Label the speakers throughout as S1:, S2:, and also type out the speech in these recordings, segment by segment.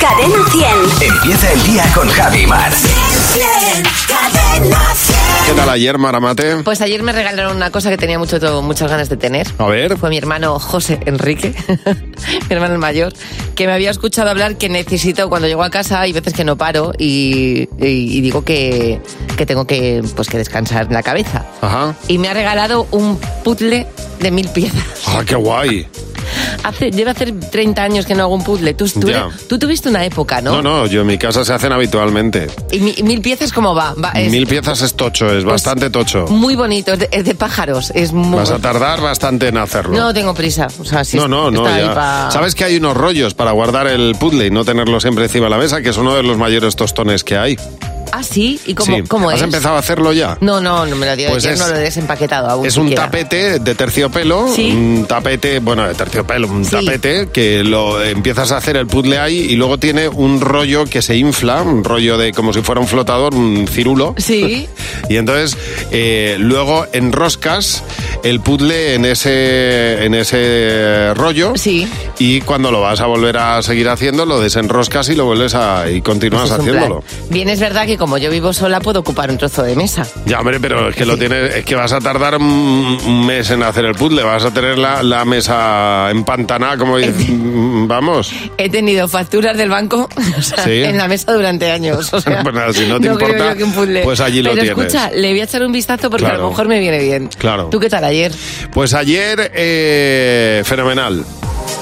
S1: Cadena 100.
S2: Empieza el día con Javi Mar.
S1: Cadena 100.
S3: ¿Qué tal ayer, Maramate?
S4: Pues ayer me regalaron una cosa que tenía mucho, muchas ganas de tener.
S3: A ver.
S4: Fue mi hermano José Enrique, mi hermano el mayor, que me había escuchado hablar que necesito, cuando llego a casa, hay veces que no paro y, y- y digo que, que tengo que, pues, que descansar la cabeza.
S3: Ajá.
S4: Y me ha regalado un puzzle de mil piezas.
S3: Ah, qué guay.
S4: Hace, debe hacer 30 años que no hago un puzzle. Tú, tú,
S3: Ya.
S4: tú tuviste una época, ¿no?
S3: No, no, yo en mi casa se hacen habitualmente.
S4: Y mi- mil piezas, ¿cómo va? Va, Ah, es
S3: Mil piezas es tocho, es bastante tocho.
S4: muy bonito, es de, es de pájaros. Es muy
S3: Vas a tardar bastante en hacerlo.
S4: No tengo prisa. O sea, sí
S3: no, no, no,
S4: está ahí
S3: ya.
S4: pa-
S3: ¿Sabes que hay unos rollos para guardar el puzzle y no tenerlo siempre encima de la mesa? Que es uno de los mayores tostones que hay.
S4: Ah, sí. ¿Y cómo,
S3: Sí.
S4: cómo
S3: ¿Has
S4: es?
S3: empezado a hacerlo ya?
S4: No, no, no me lo dio.
S3: Pues
S4: Yo
S3: es-
S4: no lo he desempaquetado aún.
S3: Es un
S4: siquiera.
S3: tapete de terciopelo,
S4: Sí.
S3: un tapete, bueno, de terciopelo, un
S4: Sí.
S3: tapete que lo empiezas a hacer el puzzle ahí y luego tiene un rollo que se infla, un rollo de como si fuera un flotador, un cirulo.
S4: Sí.
S3: Y entonces eh, luego enroscas el puzzle en ese en ese rollo.
S4: Sí.
S3: Y cuando lo vas a volver a seguir haciendo, lo desenroscas y lo vuelves a y
S4: Ese
S3: continúas
S4: es un
S3: haciéndolo.
S4: plan. Bien, es verdad que como yo vivo sola puedo ocupar un trozo de mesa.
S3: Ya, hombre, pero es que lo tienes, es que vas a tardar un- un mes en hacer el puzzle, vas a tener la, la mesa empantanada, como dices, mm, vamos.
S4: He tenido facturas del banco o sea,
S3: Sí.
S4: en la mesa durante años. O sea,
S3: Pues nada, si no te
S4: creo
S3: importa,
S4: yo que un puzzle.
S3: pues allí lo
S4: Pero
S3: tienes.
S4: escucha, le voy a echar un vistazo porque a
S3: Claro.
S4: lo mejor me viene bien.
S3: Claro.
S4: ¿Tú qué tal ayer?
S3: Pues ayer, eh, fenomenal.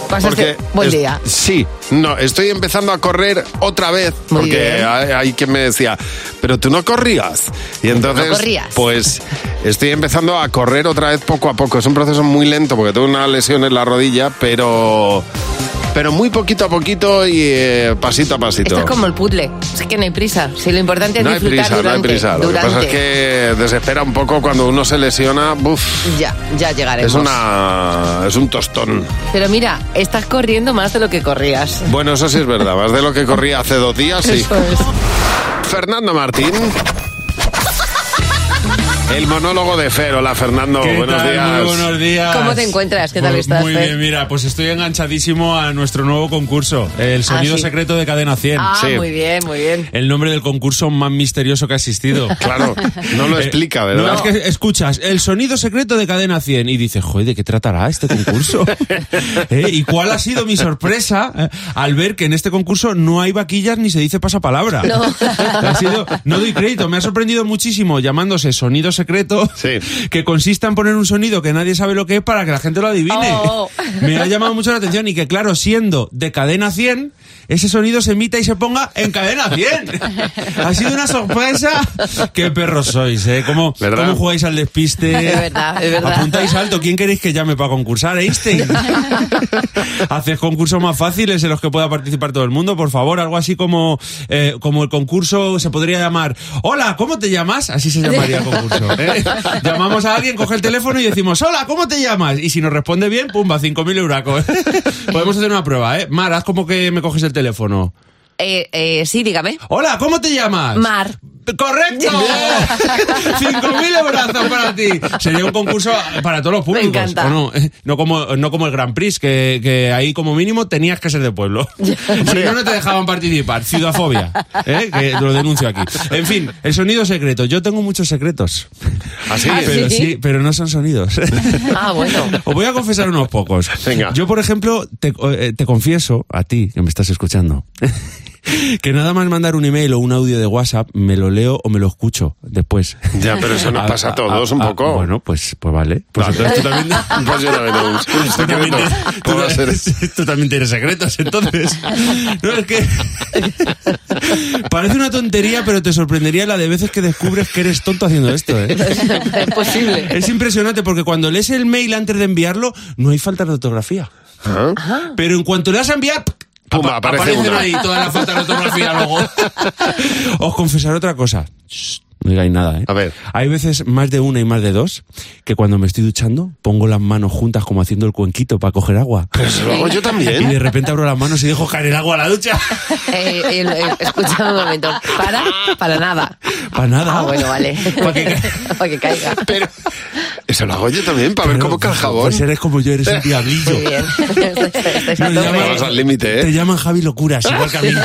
S4: Pasaste buen
S3: es-
S4: día.
S3: Sí, no, estoy empezando a correr otra vez.
S4: Muy
S3: porque
S4: bien.
S3: hay, hay quien me decía, pero tú no corrías. Y entonces,
S4: corrías.
S3: pues estoy empezando a correr otra vez poco a poco. Es un proceso muy lento porque tuve una lesión en la rodilla, pero, pero muy poquito a poquito y eh, pasito a pasito.
S4: Esto es como el puzzle. Es que no hay prisa. Si lo importante es
S3: no hay
S4: disfrutar
S3: prisa, no hay
S4: durante.
S3: prisa. Lo que pasa es
S4: durante.
S3: que desespera un poco cuando uno se lesiona. Buf,
S4: Ya, ya llegaremos.
S3: es, una, es un tostón.
S4: Pero mira, estás corriendo más de lo que corrías.
S3: Bueno, eso sí es verdad. Más de lo que corría hace dos días, sí.
S4: Eso es.
S3: Fernando Martín. El monólogo de Fer. Hola, Fernando.
S5: ¿Qué
S3: Buenos
S5: tal?
S3: días.
S5: Muy buenos días.
S4: ¿Cómo te encuentras? ¿Qué tal
S5: Pues Muy-
S4: estás,
S5: Muy
S4: Fer?
S5: bien, mira, pues estoy enganchadísimo a nuestro nuevo concurso, el sonido
S4: Ah, sí.
S5: secreto de Cadena 100.
S4: Ah,
S3: Sí.
S4: muy bien, muy bien.
S5: El nombre del concurso más misterioso que ha existido.
S3: Claro, no lo
S5: Eh,
S3: explica, ¿verdad?
S5: no, es que escuchas el sonido secreto de Cadena 100 y dices, joder, ¿de qué tratará este concurso? Eh, ¿Y cuál ha sido mi sorpresa eh, al ver que en este concurso no hay vaquillas ni se dice pasapalabra?
S4: No.
S5: Ha sido- no doy crédito, me ha sorprendido muchísimo llamándose sonido secreto,
S3: Sí.
S5: que consista en poner un sonido que nadie sabe lo que es para que la gente lo adivine.
S4: Oh.
S5: Me ha llamado mucho la atención y que, claro, siendo de cadena 100, ese sonido se emita y se ponga en cadena 100. Ha sido una sorpresa. Qué perros sois, ¿eh? ¿Cómo,
S3: ¿Verdad?
S5: cómo jugáis al despiste?
S4: Es verdad, es verdad.
S5: Apuntáis alto. ¿Quién queréis que llame para concursar, Einstein? Haces concursos más fáciles en los que pueda participar todo el mundo, por favor. Algo así como, eh, como el concurso se podría llamar Hola, ¿cómo te llamas? Así se llamaría el concurso. ¿eh? Llamamos a alguien, coge el teléfono y decimos Hola, ¿cómo te llamas? Y si nos responde bien, pumba, 5.000 euracos. Podemos hacer una prueba, ¿eh? Mar, haz como que me coges el teléfono.
S4: Eh, eh, sí, dígame.
S5: Hola, ¿cómo te llamas?
S4: Mar.
S5: Ah, ¡Correcto! ¡5.000 abrazos para ti! Sería un concurso para todos los públicos.
S4: encanta.
S5: ¿o no? No como, no como el Grand Prix, que, que ahí como mínimo tenías que ser de pueblo. si no, no te dejaban participar. Ciudafobia. ¿eh? Que lo denuncio aquí. En fin, el sonido secreto. Yo tengo muchos secretos.
S3: Así
S4: Ah,
S5: pero
S4: sí?
S5: sí, pero no son sonidos.
S4: Ah, bueno.
S5: Os voy a confesar unos pocos.
S3: Venga.
S5: Yo, por ejemplo, te, eh, te confieso a ti, que me estás escuchando, que nada más mandar un email o un audio de WhatsApp, me lo leo o me lo escucho después.
S3: Ya, pero eso nos pasa a todos un poco.
S5: bueno, pues, pues vale. Pues
S3: Vale.
S5: entonces tú también...
S3: Pues yo también tengo un- un
S5: Tú también,
S3: secreto.
S5: tienes- tú
S3: ¿Cómo va a ser?
S5: también- tú también tienes secretos, entonces. No, es que. Parece una tontería, pero te sorprendería la de veces que descubres que eres tonto haciendo esto, ¿eh?
S4: Es posible.
S5: Es impresionante porque cuando lees el mail antes de enviarlo, no hay falta de ortografía.
S3: ¿Ah?
S5: Pero en cuanto le das a enviar,
S3: Pumba, aparece
S5: aparecen
S3: una.
S5: ahí toda la falta de ortografía luego. Os confesaré otra cosa. Shh, No digáis nada, ¿eh?
S3: A ver.
S5: Hay veces más de una y más de dos que cuando me estoy duchando pongo las manos juntas como haciendo el cuenquito para coger agua.
S3: Pues lo hago yo
S5: Y de
S3: también.
S5: repente abro las manos y dejo caer el agua a la ducha.
S4: Eh, eh, eh, escucha un momento. ¿Para? Para nada.
S3: Ah,
S5: Para nada.
S4: Ah, bueno, vale.
S5: Pa' que ca-
S4: Para que caiga.
S3: Pero Eso lo hago yo también, para ver
S5: Pero,
S3: cómo cae el jabón.
S5: Pues eres como yo, eres un diablillo.
S4: Muy bien. Estáis a
S5: Nos
S4: tope.
S5: llaman-
S3: Vamos al límite, ¿eh?
S5: Te llaman Javi Locuras, igual que a mí.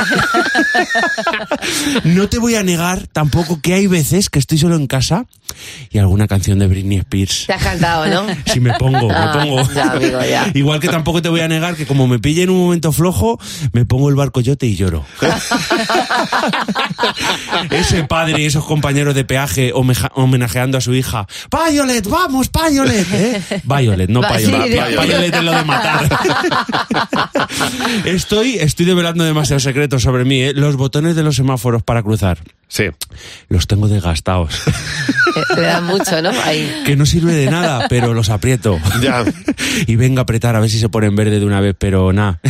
S5: No te voy a negar tampoco que hay veces que estoy solo en casa y alguna canción de Britney Spears.
S4: Te has cantado, ¿no?
S5: Si me pongo, me
S4: Ah,
S5: pongo.
S4: ya, amigo, ya.
S5: Igual que tampoco te voy a negar que como me pille en un momento flojo, me pongo el barcoyote y lloro. Ese padre y esos compañeros de peaje homeja- homenajeando a su hija. ¡Violet, vamos, Violet! ¿eh? Violet, no
S4: Va, sí,
S5: Violet.
S4: de-
S5: Violet. Violet es lo de matar. estoy, estoy develando demasiados secretos sobre mí. ¿eh? Los botones de los semáforos para cruzar.
S3: Sí.
S5: Los tengo desgastados.
S4: Te dan Eh, mucho, ¿no? Ahí.
S5: Que no sirve de nada, pero los aprieto.
S3: Ya.
S5: Y venga a apretar a ver si se pone en verde de una vez, pero nada.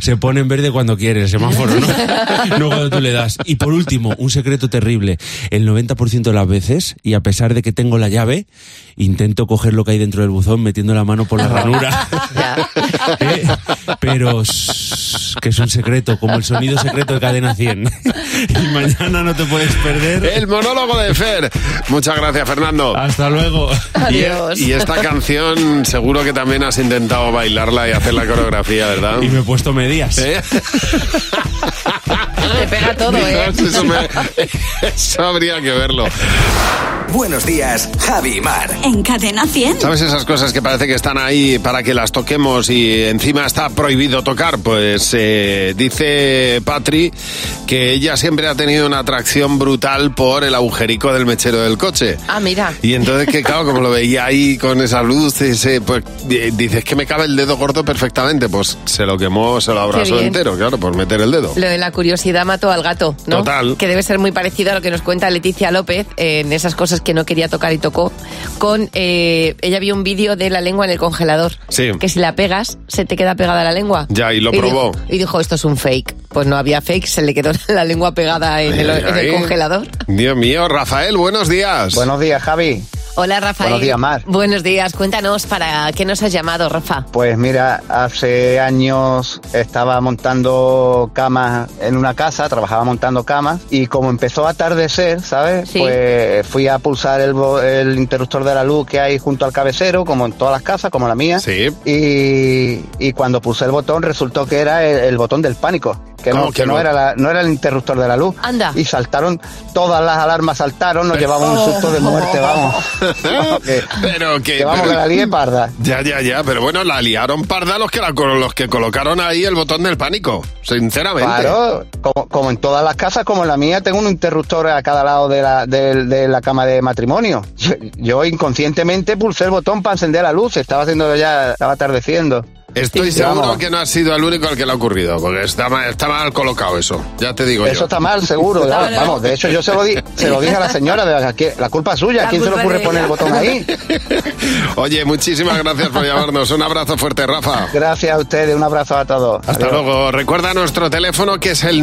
S5: se pone en verde cuando quiere el semáforo, ¿no? no cuando tú le das. Y por último, un secreto terrible. El 90% de las veces, y a pesar de que tengo la llave, intento coger lo que hay dentro del buzón metiendo la mano por la ranura.
S4: Ya.
S5: Eh, Pero shh, que es un secreto, como el sonido secreto de cadena 100. y mañana no te puedes perder.
S3: El monólogo de Fer. Muchas gracias, Fernando.
S5: Hasta luego.
S3: Y-
S4: Adiós.
S3: Y, esta canción seguro que también has intentado bailarla y hacer la coreografía, ¿verdad?
S5: Y me he puesto medias.
S3: ¿Eh?
S4: Te pega todo, ¿eh?
S3: Eso, me- eso habría que verlo.
S2: Buenos días, Javi y Mar.
S1: En Cadena 100.
S3: ¿Sabes esas cosas que parece que están ahí para que las toquemos y encima está prohibido tocar? Pues eh, dice Patri que ella siempre ha tenido una atracción brutal por el agujerico del mechero del coche.
S4: Ah, mira.
S3: Y entonces que claro, como lo veía ahí con esas luces, eh, pues eh, dices que me cabe el dedo gordo perfectamente, pues se lo quemó, se lo abrazó
S4: bien.
S3: entero, claro, por meter el dedo.
S4: Lo de la curiosidad mató al gato, ¿no?
S3: Total.
S4: Que debe ser muy parecido a lo que nos cuenta Leticia López eh, en esas cosas que no quería tocar y tocó. Con eh, ella vio un vídeo de la lengua en el congelador.
S3: Sí.
S4: Que si la pegas se te queda pegada la lengua.
S3: Ya, y lo probó.
S4: dijo- y dijo esto es un fake. Pues no había fake, se le quedó la lengua pegada en, el, en el
S3: Ahí.
S4: congelador.
S3: Dios mío, Rafael, buenos días.
S6: Buenos días, Javi.
S4: Hola Rafael.
S6: Buenos días, Mar.
S4: Buenos días. Cuéntanos para qué nos has llamado, Rafa.
S6: Pues mira, hace años estaba montando camas en una casa, trabajaba montando camas, y como empezó a atardecer, ¿sabes?
S4: Sí.
S6: Pues fui a pulsar el, bo- el interruptor de la luz que hay junto al cabecero, como en todas las casas, como la mía.
S3: Sí.
S6: Y, y cuando pulsé el botón, resultó que era el, el botón del pánico. Que,
S3: ¿Cómo
S6: no,
S3: que
S6: que no
S3: no?
S6: era la- no era el interruptor de la luz.
S4: Anda.
S6: Y saltaron, todas las alarmas saltaron, nos llevaba un susto de muerte, vamos. Que-
S3: pero que,
S6: que vamos,
S3: pero-
S6: que la lié parda.
S3: Ya, ya, ya, pero bueno, la liaron parda los que, la- los que colocaron ahí el botón del pánico, sinceramente.
S6: Claro, como, como en todas las casas, como en la mía, tengo un interruptor a cada lado de la, de- de la cama de matrimonio. Yo, yo inconscientemente pulsé el botón para encender la luz, estaba haciendo ya, estaba atardeciendo.
S3: Estoy
S6: Sí,
S3: seguro
S6: vamos.
S3: que no has sido el único al que le ha ocurrido, porque está mal, está mal colocado eso, ya te digo
S6: Eso
S3: yo.
S6: está mal, seguro. ya, Vamos, de hecho yo se lo, di, se lo dije a la señora, de la, que- la culpa es suya,
S4: La
S6: ¿a quién se le
S4: culpa
S6: ocurre
S4: de
S6: poner el
S4: ella.
S6: botón ahí?
S3: Oye, muchísimas gracias por llamarnos, un abrazo fuerte, Rafa.
S6: Gracias a ustedes, un abrazo a todos.
S3: Hasta
S6: Adiós.
S3: luego. Recuerda nuestro teléfono que es el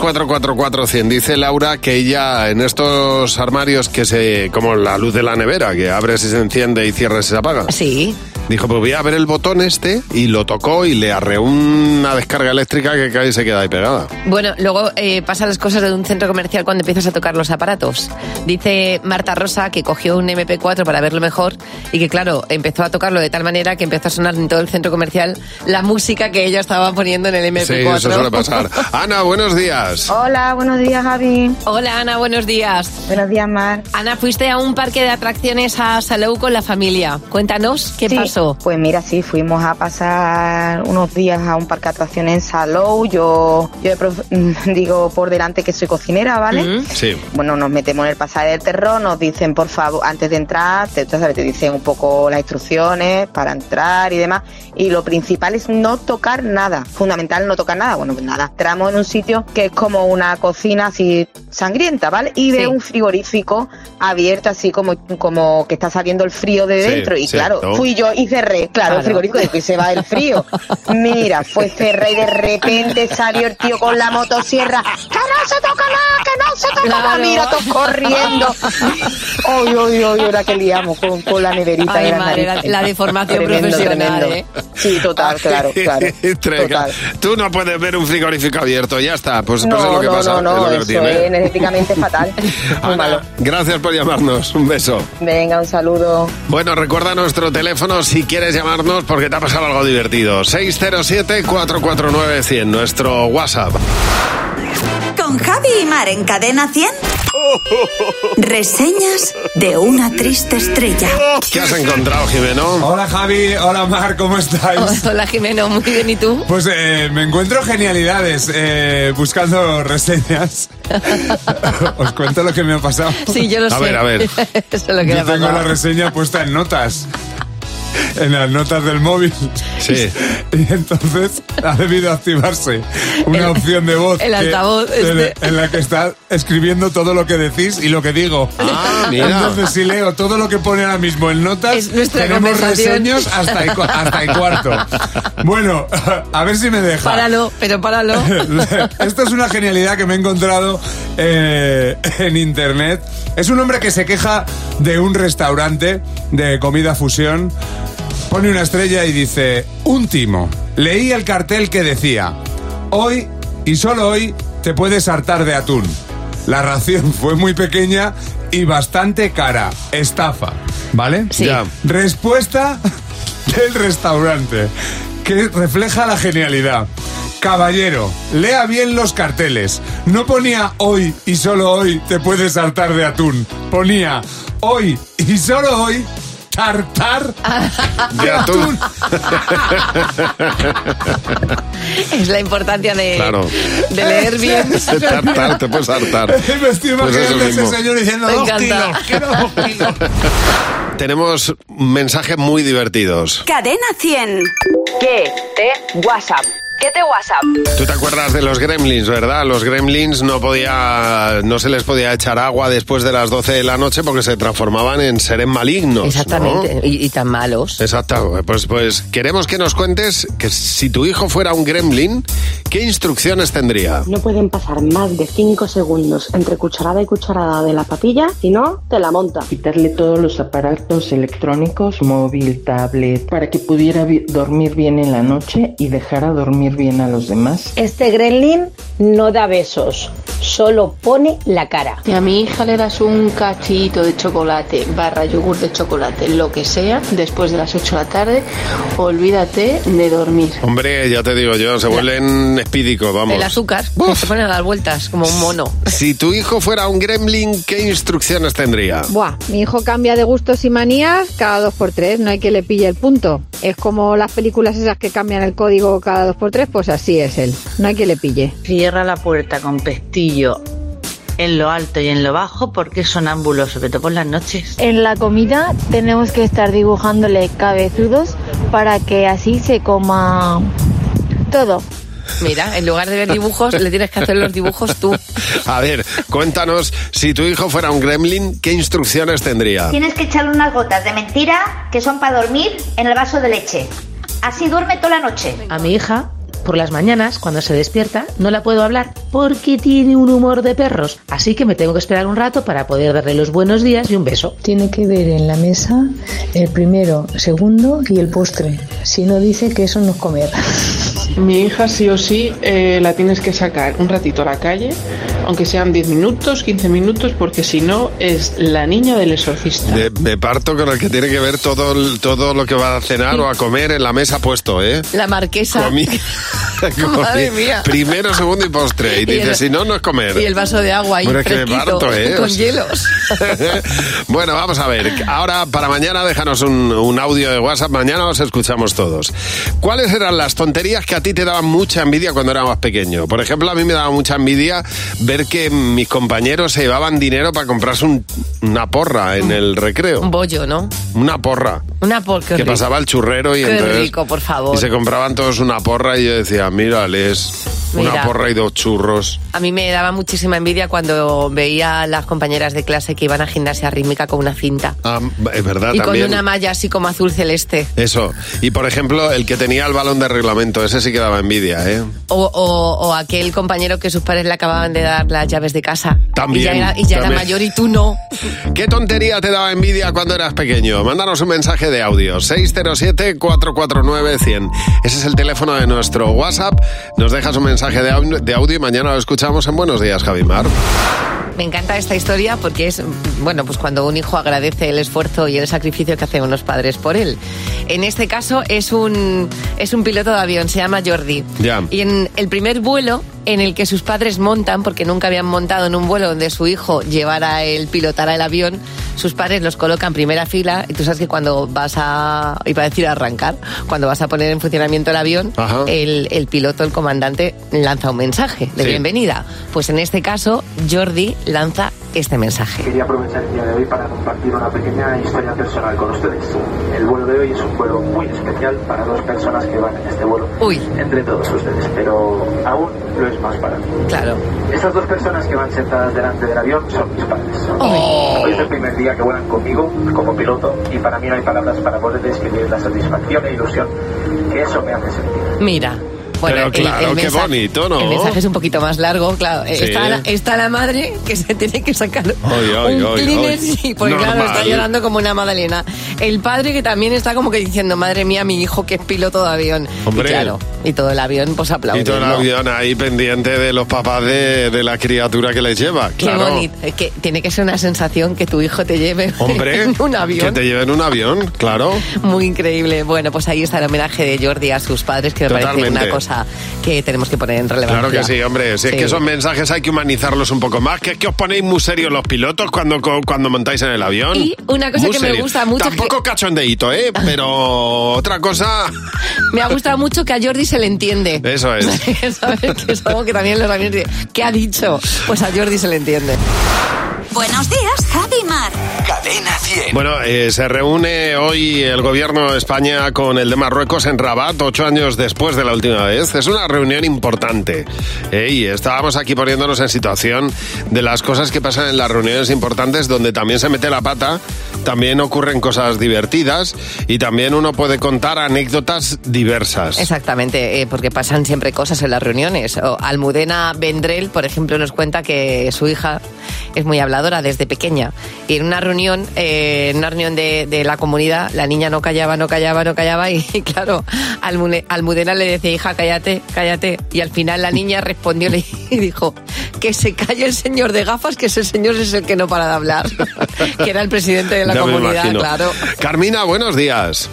S3: 900-444-100. Dice Laura que ella en estos armarios que se... como la luz de la nevera, que abres y se enciende y cierras y se apaga.
S4: Sí.
S3: Dijo, pues voy a ver el botón este y lo tocó y le arreó una descarga eléctrica que casi se queda ahí pegada.
S4: Bueno, luego eh, pasan las cosas de un centro comercial cuando empiezas a tocar los aparatos. Dice Marta Rosa que cogió un MP4 para verlo mejor y que, claro, empezó a tocarlo de tal manera que empezó a sonar en todo el centro comercial la música que ella estaba poniendo en el MP4.
S3: Sí, eso suele pasar. Ana, buenos días.
S7: Hola, buenos días Javi.
S4: Hola, Ana, buenos días.
S7: Buenos días Mar.
S4: Ana, fuiste a un parque de atracciones a Salou con la familia. Cuéntanos qué
S7: Sí,
S4: pasó.
S7: Pues mira, sí, fuimos a pasar unos días a un parque de atracciones en Salou. Yo, yo he prof- digo por delante que soy cocinera, ¿vale?
S4: Mm.
S3: Sí.
S7: Bueno, nos metemos en el pasaje del terror, nos dicen, por favor, antes de entrar, te, tú sabes, te dicen un poco las instrucciones para entrar y demás. Y lo principal es no tocar nada. Fundamental no tocar nada. Bueno, pues nada. Entramos en un sitio que es como una cocina así sangrienta, ¿vale? Y
S4: Sí.
S7: veo un frigorífico abierto así como, como que está saliendo el frío de
S3: Sí,
S7: dentro. Y
S3: sí,
S7: claro,
S3: ¿no?
S7: fui yo y y cerré. Claro, el frigorífico de que se va el frío. Mira, fue cerré y de repente salió el tío con la motosierra. ¡Que no se toca nada! ¡Que no se toca nada!
S1: Claro.
S7: Mira, todos corriendo. ¡Oy, oy, oy! Ahora que liamos con, con la neverita
S1: Ay,
S7: de las
S1: madre, la-
S7: narices.
S1: la deformación profesional, ¿eh?
S7: Sí,
S3: Ah,
S7: total, claro, claro.
S3: Entrega. Tú no puedes ver un frigorífico abierto, ya está. Pues, pues
S7: No,
S3: es lo que
S7: no,
S3: pasa.
S7: no,
S3: es lo
S7: no,
S3: que
S7: eso
S3: tiene.
S7: es energéticamente fatal.
S3: Ana, gracias por llamarnos. Un beso.
S7: Venga, un saludo.
S3: Bueno, recuerda nuestro teléfono si quieres llamarnos porque te ha pasado algo divertido. 607-449-100, nuestro WhatsApp.
S8: Con Javi y Mar en Cadena 100. Reseñas de una triste estrella.
S3: ¿Qué has encontrado, Jimeno?
S9: Hola Javi, hola Mar, ¿cómo estáis?
S4: Hola Jimeno, muy bien, ¿y tú?
S9: Pues eh, me encuentro genialidades eh, buscando reseñas. Os cuento lo que me ha pasado.
S4: Sí, yo lo sé. Eso es lo que le
S9: Yo
S4: ha
S9: tengo la
S4: pasado.
S9: reseña puesta en notas. En las notas del móvil.
S3: Sí.
S9: Y entonces ha debido activarse una opción de voz.
S4: el altavoz
S9: en,
S4: este.
S9: en la que está escribiendo todo lo que decís y lo que digo.
S3: Ah, mira.
S9: Entonces, si leo todo lo que pone ahora mismo en notas,
S4: Es nuestra
S9: tenemos
S4: conversación.
S9: reseños hasta el, cua- hasta el cuarto. Bueno, a ver si me deja.
S4: Páralo, pero páralo.
S9: Esto es una genialidad que me he encontrado eh, en internet. Es un hombre que se queja de un restaurante de comida fusión. Pone una estrella y dice, un timo. Leí el cartel que decía, hoy y solo hoy te puedes hartar de atún. La ración fue muy pequeña y bastante cara. Estafa, ¿vale?
S4: Sí.
S3: Ya.
S9: Respuesta del restaurante, que refleja la genialidad. Caballero, lea bien los carteles. No ponía hoy y solo hoy te puedes saltar de atún. Ponía hoy y solo hoy tartar
S3: De
S4: Ah.
S3: atún.
S4: Pues Es la importancia de,
S3: Claro.
S4: de leer bien.
S3: Tartar, te puedes hartar.
S9: Me estoy
S3: Pues eso
S9: imaginando a ese
S3: mismo.
S9: señor diciendo "Oh,
S4: Me
S9: dos
S4: encanta.
S9: kilos, quiero dos kilos.
S3: Tenemos mensajes muy divertidos.
S8: Cadena 100.
S10: ¿Qué te WhatsApp? ¿Qué te WhatsApp?
S3: Tú te acuerdas de los gremlins, ¿verdad? Los gremlins no podía, no se les podía echar agua después de las 12 de la noche porque se transformaban en seres malignos. ¿no?
S4: Exactamente, y, y tan malos.
S3: Exacto, pues, pues queremos que nos cuentes que si tu hijo fuera un gremlin, ¿qué instrucciones tendría?
S11: No pueden pasar más de 5 segundos entre cucharada y cucharada de la papilla, si no, te la monta.
S12: quitarle todos los aparatos electrónicos, móvil, tablet, para que pudiera vi- dormir bien en la noche y dejara dormir bien a los demás.
S11: Este gremlin no da besos, solo pone la cara.
S13: Y a mi hija le das un cachito de chocolate, barra yogur de chocolate, lo que sea, después de las 8 de la tarde, olvídate de dormir.
S3: Hombre, ya te digo yo, se vuelven espídicos, vamos.
S4: El azúcar, que
S3: Uf.
S4: se ponen a dar vueltas como un mono.
S3: Si tu hijo fuera un gremlin, ¿qué instrucciones tendría?
S14: Buah, mi hijo cambia de gustos y manías cada dos por tres, no hay que le pille el punto. Es como las películas esas que cambian el código cada dos por tres, pues así es él, no hay que le pille.
S15: Cierra la puerta con pestillo en lo alto y en lo bajo porque es sonámbulo, sobre todo por las noches.
S16: En la comida tenemos que estar dibujándole cabezudos para que así se coma todo.
S4: Mira, en lugar de ver dibujos, le tienes que hacer los dibujos tú.
S3: A ver, cuéntanos, si tu hijo fuera un gremlin, ¿qué instrucciones tendría?
S17: Tienes que echarle unas gotas de mentira que son para dormir en el vaso de leche. Así duerme toda la noche.
S18: A mi hija, por las mañanas, cuando se despierta, no la puedo hablar porque tiene un humor de perros. Así que me tengo que esperar un rato para poder darle los buenos días y un beso.
S19: Tiene que ver en la mesa el primero, segundo y el postre. Si no dice que eso no es comer.
S20: Mi hija sí o sí eh, la tienes que sacar un ratito a la calle, aunque sean 10 minutos, 15 minutos, porque si no es la niña del exorcista.
S3: De- me parto con el que tiene que ver todo, el- todo lo que va a cenar o a comer en la mesa puesto, ¿eh?
S4: La marquesa.
S3: Comi-
S4: Madre
S3: comi-
S4: mía.
S3: Primero, segundo y postre. Y,
S4: Y
S3: dice,
S4: el-
S3: si no, no es comer.
S4: Y el vaso de agua ahí
S3: Bueno, es que me
S4: fresquito,
S3: parto, ¿eh? O
S4: con
S3: sea-
S4: hielos.
S3: bueno, vamos a ver. Ahora, para mañana, déjanos un, un audio de WhatsApp. Mañana os escuchamos todos. ¿Cuáles eran las tonterías que a ti te daban mucha envidia cuando eras más pequeño? Por ejemplo, a mí me daba mucha envidia ver que mis compañeros se llevaban dinero para comprarse un- una porra en el recreo.
S4: Un bollo, ¿no?
S3: Una porra.
S4: Una porque
S3: que pasaba el churrero y
S4: Qué
S3: entonces...
S4: rico, por favor.
S3: Y se compraban todos una porra y yo decía, mírales, Una
S4: Mira.
S3: porra y dos churros.
S4: A mí me daba muchísima envidia cuando veía a las compañeras de clase que iban a gimnasia rítmica con una cinta
S3: Ah, es verdad
S4: y
S3: también.
S4: con una malla así como azul celeste.
S3: Eso. Y por ejemplo, el que tenía el balón de reglamento, ese sí que daba envidia, ¿eh?
S4: O, o- o aquel compañero que sus padres le acababan de dar las llaves de casa.
S3: También,
S4: Y ya era, y ya era
S3: también.
S4: mayor y tú no.
S3: ¿Qué tontería te daba envidia cuando eras pequeño? Mándanos un mensaje de audio. 607-449-100. Ese es el teléfono de nuestro WhatsApp. Nos dejas un mensaje de, au- de audio y mañana lo escuchamos en Buenos Días, Javimar.
S4: Me encanta esta historia porque es, bueno, pues cuando un hijo agradece el esfuerzo y el sacrificio que hacen unos padres por él. En este caso es un, es un piloto de avión, se llama Jordi.
S3: Ya.
S4: Y en el primer vuelo en el que sus padres montan, porque nunca habían montado en un vuelo donde su hijo llevara el, pilotara el avión, sus padres los colocan primera fila y tú sabes que cuando vas a, iba a decir arrancar, cuando vas a poner en funcionamiento el avión,
S3: Ajá.
S4: el, el piloto, el comandante, lanza un mensaje de
S3: Sí.
S4: bienvenida. Pues en este caso, Jordi lanza este mensaje.
S21: Quería aprovechar el día de hoy para compartir una pequeña historia personal con ustedes. El vuelo de hoy es un vuelo muy especial para dos personas que van en este vuelo. Entre todos ustedes, pero aún lo es más para mí.
S4: Claro.
S21: Esas dos personas que van sentadas delante del avión son mis padres.
S3: Oh.
S21: Hoy es el primer día que vuelan conmigo como piloto y para mí no hay palabras para poder describir la satisfacción e ilusión que eso me hace sentir.
S4: Mira.
S3: Pero claro, qué bonito, ¿no?
S4: El mensaje es un poquito más largo, claro. Eh,
S3: Sí.
S4: Está, la, está la madre que se tiene que sacar
S3: Ay, ay,
S4: un
S3: ay,
S4: cleaner
S3: ay.
S4: y, pues claro,
S3: Normal.
S4: está llorando como una magdalena. El padre que también está como que diciendo, madre mía, mi hijo que es piloto de avión.
S3: Hombre.
S4: Y claro, y todo el avión pues aplaude.
S3: Y todo el
S4: ¿no?
S3: avión ahí pendiente de los papás de, de la criatura que les lleva.
S4: Qué
S3: Claro.
S4: bonito. Es que tiene que ser una sensación que tu hijo te lleve
S3: Hombre,
S4: en un avión.
S3: que te lleven un avión, claro.
S4: Muy increíble. Bueno, pues ahí está el homenaje de Jordi a sus padres, que me parece
S3: Totalmente.
S4: una cosa que tenemos que poner en relevancia.
S3: Claro que sí, hombre. Si es que esos mensajes hay que humanizarlos un poco más. Que es que os ponéis muy serios los pilotos cuando, co- cuando montáis en el avión.
S4: Y una cosa
S3: Muy
S4: que me
S3: serios.
S4: gusta mucho
S3: Tampoco cachondeíto, ¿eh? Pero otra cosa.
S4: Me ha gustado mucho que a Jordi se le entiende.
S3: Eso es.
S4: ¿Sabes? Que es algo que también los aviones dicen, ¿Qué ha dicho? Pues a Jordi se le entiende.
S8: Buenos días, Javi Mar. Cadena 100.
S3: Bueno, eh, se reúne hoy el gobierno de España con el de Marruecos en Rabat, ocho años después de la última vez. Es una reunión importante. Eh, y estábamos aquí poniéndonos en situación de las cosas que pasan en las reuniones importantes, donde también se mete la pata, también ocurren cosas divertidas y también uno puede contar anécdotas diversas.
S4: Exactamente, eh, porque pasan siempre cosas en las reuniones. O Almudena Vendrell, por ejemplo, nos cuenta que su hija es muy habladora desde pequeña. Y en una reunión, eh, en una reunión de, de la comunidad, la niña no callaba, no callaba, no callaba. Y, claro, Almune- Almudena le decía, hija, cállate, cállate. Y al final la niña respondió le- y dijo, que se calle el señor de gafas, que ese señor es el que no para de hablar. que era el presidente de la
S3: Ya me
S4: comunidad,
S3: imagino.
S4: claro.
S3: Carmina, buenos días.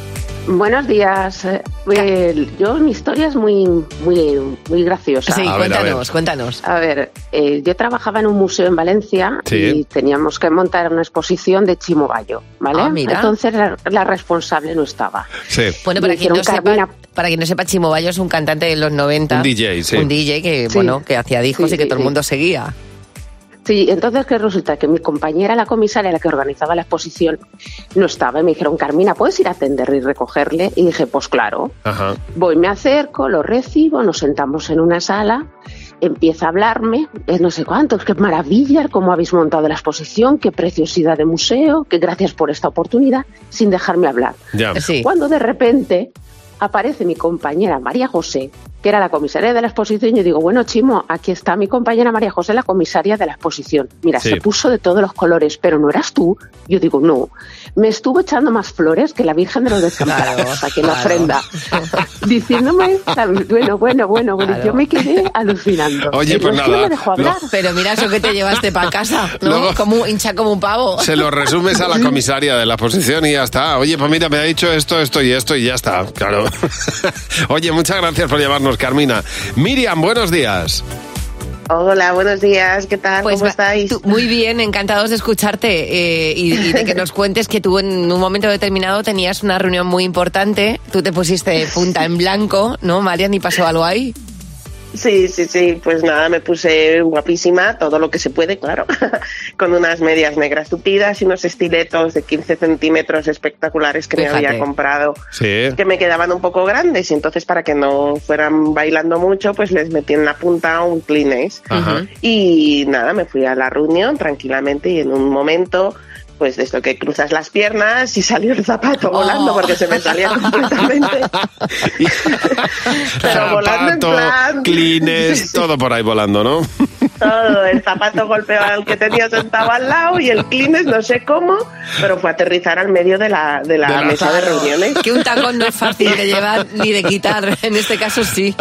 S22: Buenos días. Eh, eh, yo mi historia es muy muy muy graciosa.
S4: Sí, A ver, a cuéntanos, ver. cuéntanos.
S22: A ver, eh, yo trabajaba en un museo en Valencia
S4: Sí.
S22: y teníamos que montar una exposición de Chimobayo, ¿vale?
S4: Ah, mira.
S22: Entonces la, la responsable no estaba.
S3: Sí.
S4: Bueno, para
S22: Me
S4: quien, no
S22: dijeron,
S4: sepa, para quien no sepa, Chimo Bayo es un cantante de los 90.
S22: Un DJ, sí.
S4: Un DJ que,
S22: Sí.
S4: bueno, que hacía discos
S22: Sí,
S4: y que
S22: sí,
S4: todo el
S22: sí.
S4: mundo seguía.
S22: Sí, entonces que resulta que mi compañera, la comisaria, la que organizaba la exposición, no estaba y me dijeron, Carmina, ¿puedes ir a atender y recogerle? Y dije, pues claro.
S3: Ajá.
S22: Voy, me acerco, lo recibo, nos sentamos en una sala, empieza a hablarme, eh, no sé cuántos, qué maravilla, cómo habéis montado la exposición, qué preciosidad de museo, que gracias por esta oportunidad, sin dejarme hablar.
S3: Ya. Sí.
S22: Cuando de repente aparece mi compañera María José, que era la comisaria de la exposición, y yo digo, bueno, Chimo, aquí está mi compañera María José, la comisaria de la exposición. Mira,
S23: Sí.
S22: se puso de todos los colores, pero no eras tú. Yo digo, no. Me estuvo echando más flores que la Virgen de los Desamparados aquí en la
S23: claro.
S22: ofrenda diciéndome, bueno, bueno, bueno, bueno,
S4: Claro.
S22: yo me quedé alucinando.
S3: Oye,
S22: El
S3: pues
S22: resto
S3: nada,
S22: me dejó
S3: lo-
S22: hablar.
S4: Pero mira eso que te llevaste para casa, ¿no?
S3: Luego-
S4: como hincha como un pavo.
S3: Se lo resumes a la comisaria de la exposición y ya está. Oye, pues mira, me ha dicho esto, esto y esto y ya está. Claro. Oye, muchas gracias por llamarnos, Carmina. Miriam, buenos días.
S24: Hola, buenos días, ¿qué tal?
S4: Pues
S24: ¿Cómo
S4: va-
S24: estáis?
S4: tú- muy bien, encantados de escucharte eh, y, y de que nos cuentes que tú en un momento determinado tenías una reunión muy importante, tú te pusiste punta en blanco, ¿no, Marian? ¿Y pasó algo ahí?
S24: Sí, sí, sí, pues nada, me puse guapísima, todo lo que se puede, claro, con unas medias negras tupidas y unos estiletos de 15 centímetros espectaculares que
S3: Fíjate.
S24: me había comprado,
S3: Sí.
S24: que me quedaban un poco grandes y entonces para que no fueran bailando mucho, pues les metí en la punta un Kleenex
S3: Ajá.
S24: y nada, me fui a la reunión tranquilamente y en un momento... Pues de esto que cruzas las piernas y salió el zapato
S7: Oh.
S24: volando porque se me salía completamente. Pero volando en
S3: Zapato,
S24: plan-
S3: clines, todo por ahí volando, ¿no?
S24: todo. El zapato golpeó al que tenía sentado al lado y el Kleenex, no sé cómo, pero fue a aterrizar al medio de la, de la,
S3: De la-
S24: mesa de reuniones.
S4: Que un tacón no es fácil de llevar ni de quitar. En este caso sí.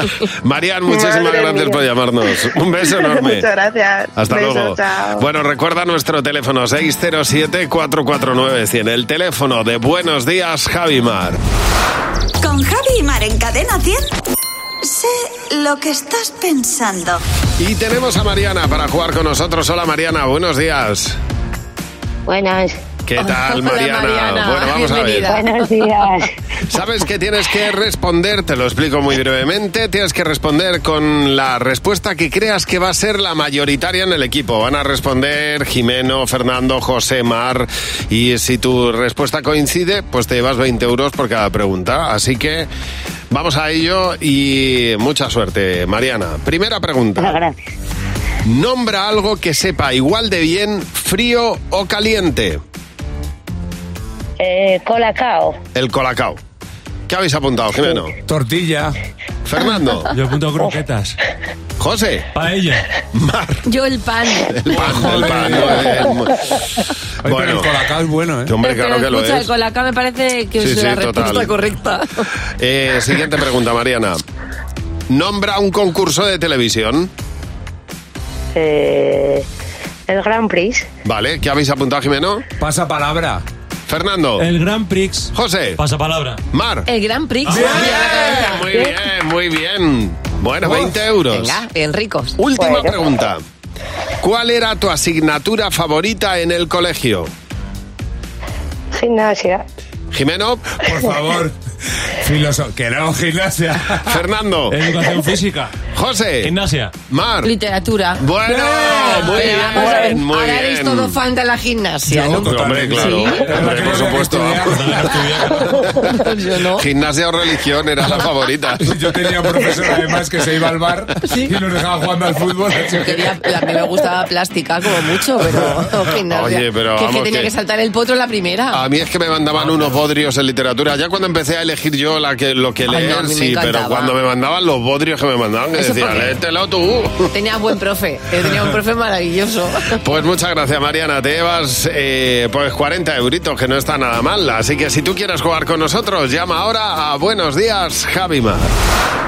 S3: Marian, muchísimas
S24: Madre
S3: gracias
S24: mía.
S3: por llamarnos. Un beso enorme.
S24: Muchas gracias.
S3: Hasta
S24: Beso,
S3: luego.
S24: chao.
S3: Bueno, recuerda nuestro teléfono 607-449-100, el teléfono de Buenos Días, Javimar.
S8: Con Javi y Mar en Cadena 100. Sé lo que estás pensando.
S3: Y tenemos a Mariana para jugar con nosotros. Hola Mariana, buenos días.
S2: Buenas.
S3: ¿Qué tal, Mariana? Bueno, vamos a ver.
S2: Buenos días.
S3: Sabes que tienes que responder, te lo explico muy brevemente, tienes que responder con la respuesta que creas que va a ser la mayoritaria en el equipo. Van a responder Jimeno, Fernando, José, Mar y si tu respuesta coincide, pues te llevas 20 euros por cada pregunta. Así que vamos a ello y mucha suerte, Mariana. Primera pregunta.
S2: Gracias.
S3: Nombra algo que sepa igual de bien frío o caliente.
S2: Eh, colacao.
S3: El colacao. ¿Qué habéis apuntado, Jimeno? Tortilla. Fernando. Oh.
S5: Yo apunto croquetas.
S3: José.
S5: Paella.
S3: Mar.
S4: Yo el pan.
S3: El pan, el pan. muy bien. Bueno. El colacao es bueno, ¿eh? Hombre, claro que
S4: Pero
S3: lo
S4: escucha, el
S3: es.
S4: colacao me parece que
S3: Sí,
S4: es
S3: sí,
S4: la
S3: total.
S4: respuesta correcta.
S3: Eh, siguiente pregunta, Mariana. Nombra un concurso de televisión.
S2: Eh, el Grand Prix.
S3: ¿Vale? ¿Qué habéis apuntado, Jimeno? Pasa palabra. Fernando. El Gran Prix. José. Pasa palabra. Mar.
S4: El Gran Prix. Ah,
S3: Muy bien, muy bien. Bueno,
S4: Uf.
S3: 20 euros.
S4: Venga, bien ricos.
S3: Última pregunta. ¿Cuál era tu asignatura favorita en el colegio?
S2: Gimnasia.
S3: Jimeno. Por favor.
S9: Filoso- que no, gimnasia.
S3: Fernando.
S5: Educación física.
S3: José.
S5: Gimnasia.
S3: Mar.
S4: Literatura.
S3: Bueno, muy
S4: Pero
S3: bien,
S4: vamos a ver,
S3: muy
S4: ahora eres
S3: bien.
S4: todo fan de la gimnasia, ¿no?
S3: Hombre, claro. Hombre, por supuesto. Gimnasia o religión era la favorita.
S9: Yo tenía un profesor además que se iba al bar y nos dejaba jugando al fútbol.
S4: Quería- la- a mí me gustaba plástica como mucho, pero no, gimnasia.
S3: Oye, pero
S4: que, es que
S3: vamos,
S4: tenía
S3: que-
S4: que saltar el potro en la primera.
S3: A mí es que me mandaban
S4: Ah,
S3: unos bodrios en literatura. Ya cuando empecé a elegir yo la que, lo que
S4: Ay, no,
S3: leer,
S4: a mí me
S3: sí, pero
S4: encantaba.
S3: cuando me mandaban los bodrios que me mandaban, que
S4: Eso
S3: decían,
S4: porque-
S3: léetelo este tú.
S4: Tenía buen profe, eh, tenía un profe maravilloso.
S3: Pues muchas gracias, Mariana. Te llevas eh, pues 40 euritos, que no está nada mal. Así que si tú quieres jugar con nosotros, llama ahora a Buenos Días, Javimar.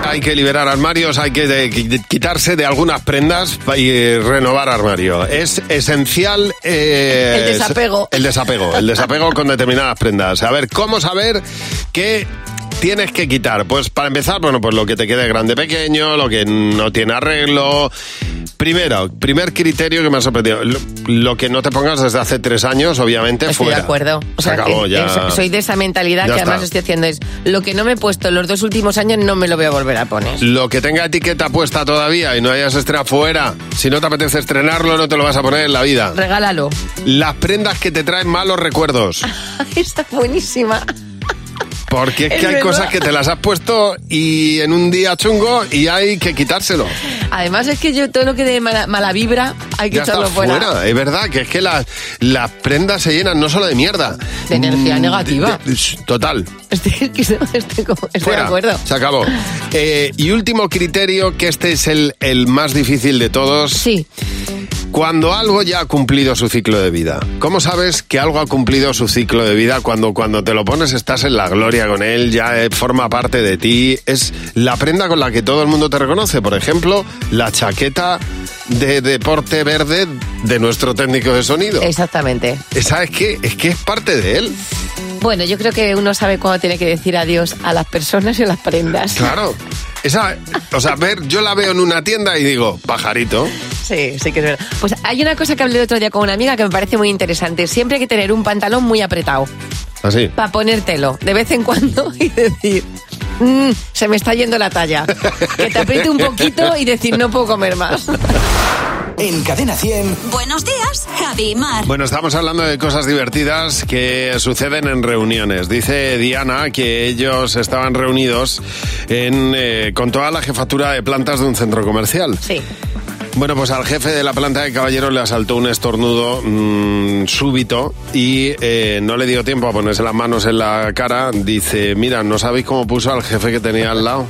S3: Hay que liberar armarios, hay que de- quitarse de algunas prendas y eh, renovar armario. Es esencial... eh,
S4: El desapego.
S3: El desapego, el desapego con determinadas prendas. A ver, ¿cómo saber qué tienes que quitar? Pues para empezar, bueno, pues lo que te quede grande, pequeño, lo que no tiene arreglo. Primero, primer criterio que me ha sorprendido, lo, lo que no te pongas desde hace tres años, obviamente,
S4: Estoy
S3: fuera.
S4: de acuerdo. O sea,
S3: Se acabó
S4: que-
S3: ya.
S4: que soy de esa mentalidad
S3: Ah. Ya
S4: que además
S3: está.
S4: estoy haciendo es lo que no me he puesto en los dos últimos años no me lo voy a volver a poner.
S3: Lo que tenga etiqueta puesta todavía y no hayas estrenado fuera, si no te apetece estrenarlo, no te lo vas a poner en la vida.
S4: Regálalo.
S3: Las prendas que te traen malos recuerdos.
S4: Está buenísima.
S3: Porque es,
S4: Es
S3: que hay
S4: verdad.
S3: cosas que te las has puesto y en un día chungo y hay que quitárselo.
S4: Además es que yo todo lo que de mala, mala vibra hay que
S3: Ya está
S4: echarlo fuera.
S3: Es verdad que es que las, las prendas se llenan no solo de mierda.
S4: De energía
S3: Mm,
S4: negativa.
S3: de- de- total.
S4: Estoy, estoy como- estoy de
S3: Fuera.
S4: acuerdo.
S3: Se acabó. Eh, y último criterio, que este es el, el más difícil de todos.
S4: Sí.
S3: Cuando algo ya ha cumplido su ciclo de vida. ¿Cómo sabes que algo ha cumplido su ciclo de vida? Cuando, cuando te lo pones estás en la gloria con él, ya eh, forma parte de ti. Es la prenda con la que todo el mundo te reconoce. Por ejemplo, la chaqueta de deporte verde de nuestro técnico de sonido.
S4: Exactamente.
S3: ¿Sabes qué? Es que es parte de él.
S4: Bueno, yo creo que uno sabe cuándo tiene que decir adiós a las personas y a las prendas.
S3: Claro. Esa, o sea, ver, yo la veo en una tienda y digo, pajarito.
S4: Sí, sí que es verdad. Pues hay una cosa que hablé el otro día con una amiga que me parece muy interesante. Siempre hay que tener un pantalón muy apretado
S3: Así.
S4: para ponértelo de vez en cuando y decir, "Mm, se me está yendo la talla. Que te apriete un poquito y decir, no puedo comer más.
S3: En Cadena 100.
S8: Buenos días, Javi y Mar.
S3: Bueno, estamos hablando de cosas divertidas que suceden en reuniones. Dice Diana que ellos estaban reunidos en, eh, con toda la jefatura de plantas de un centro comercial.
S4: Sí.
S3: Bueno, pues al jefe de la planta de caballeros le asaltó un estornudo mm, súbito y eh, no le dio tiempo a ponerse las manos en la cara. Dice, mira, no sabéis cómo puso al jefe que tenía al lado.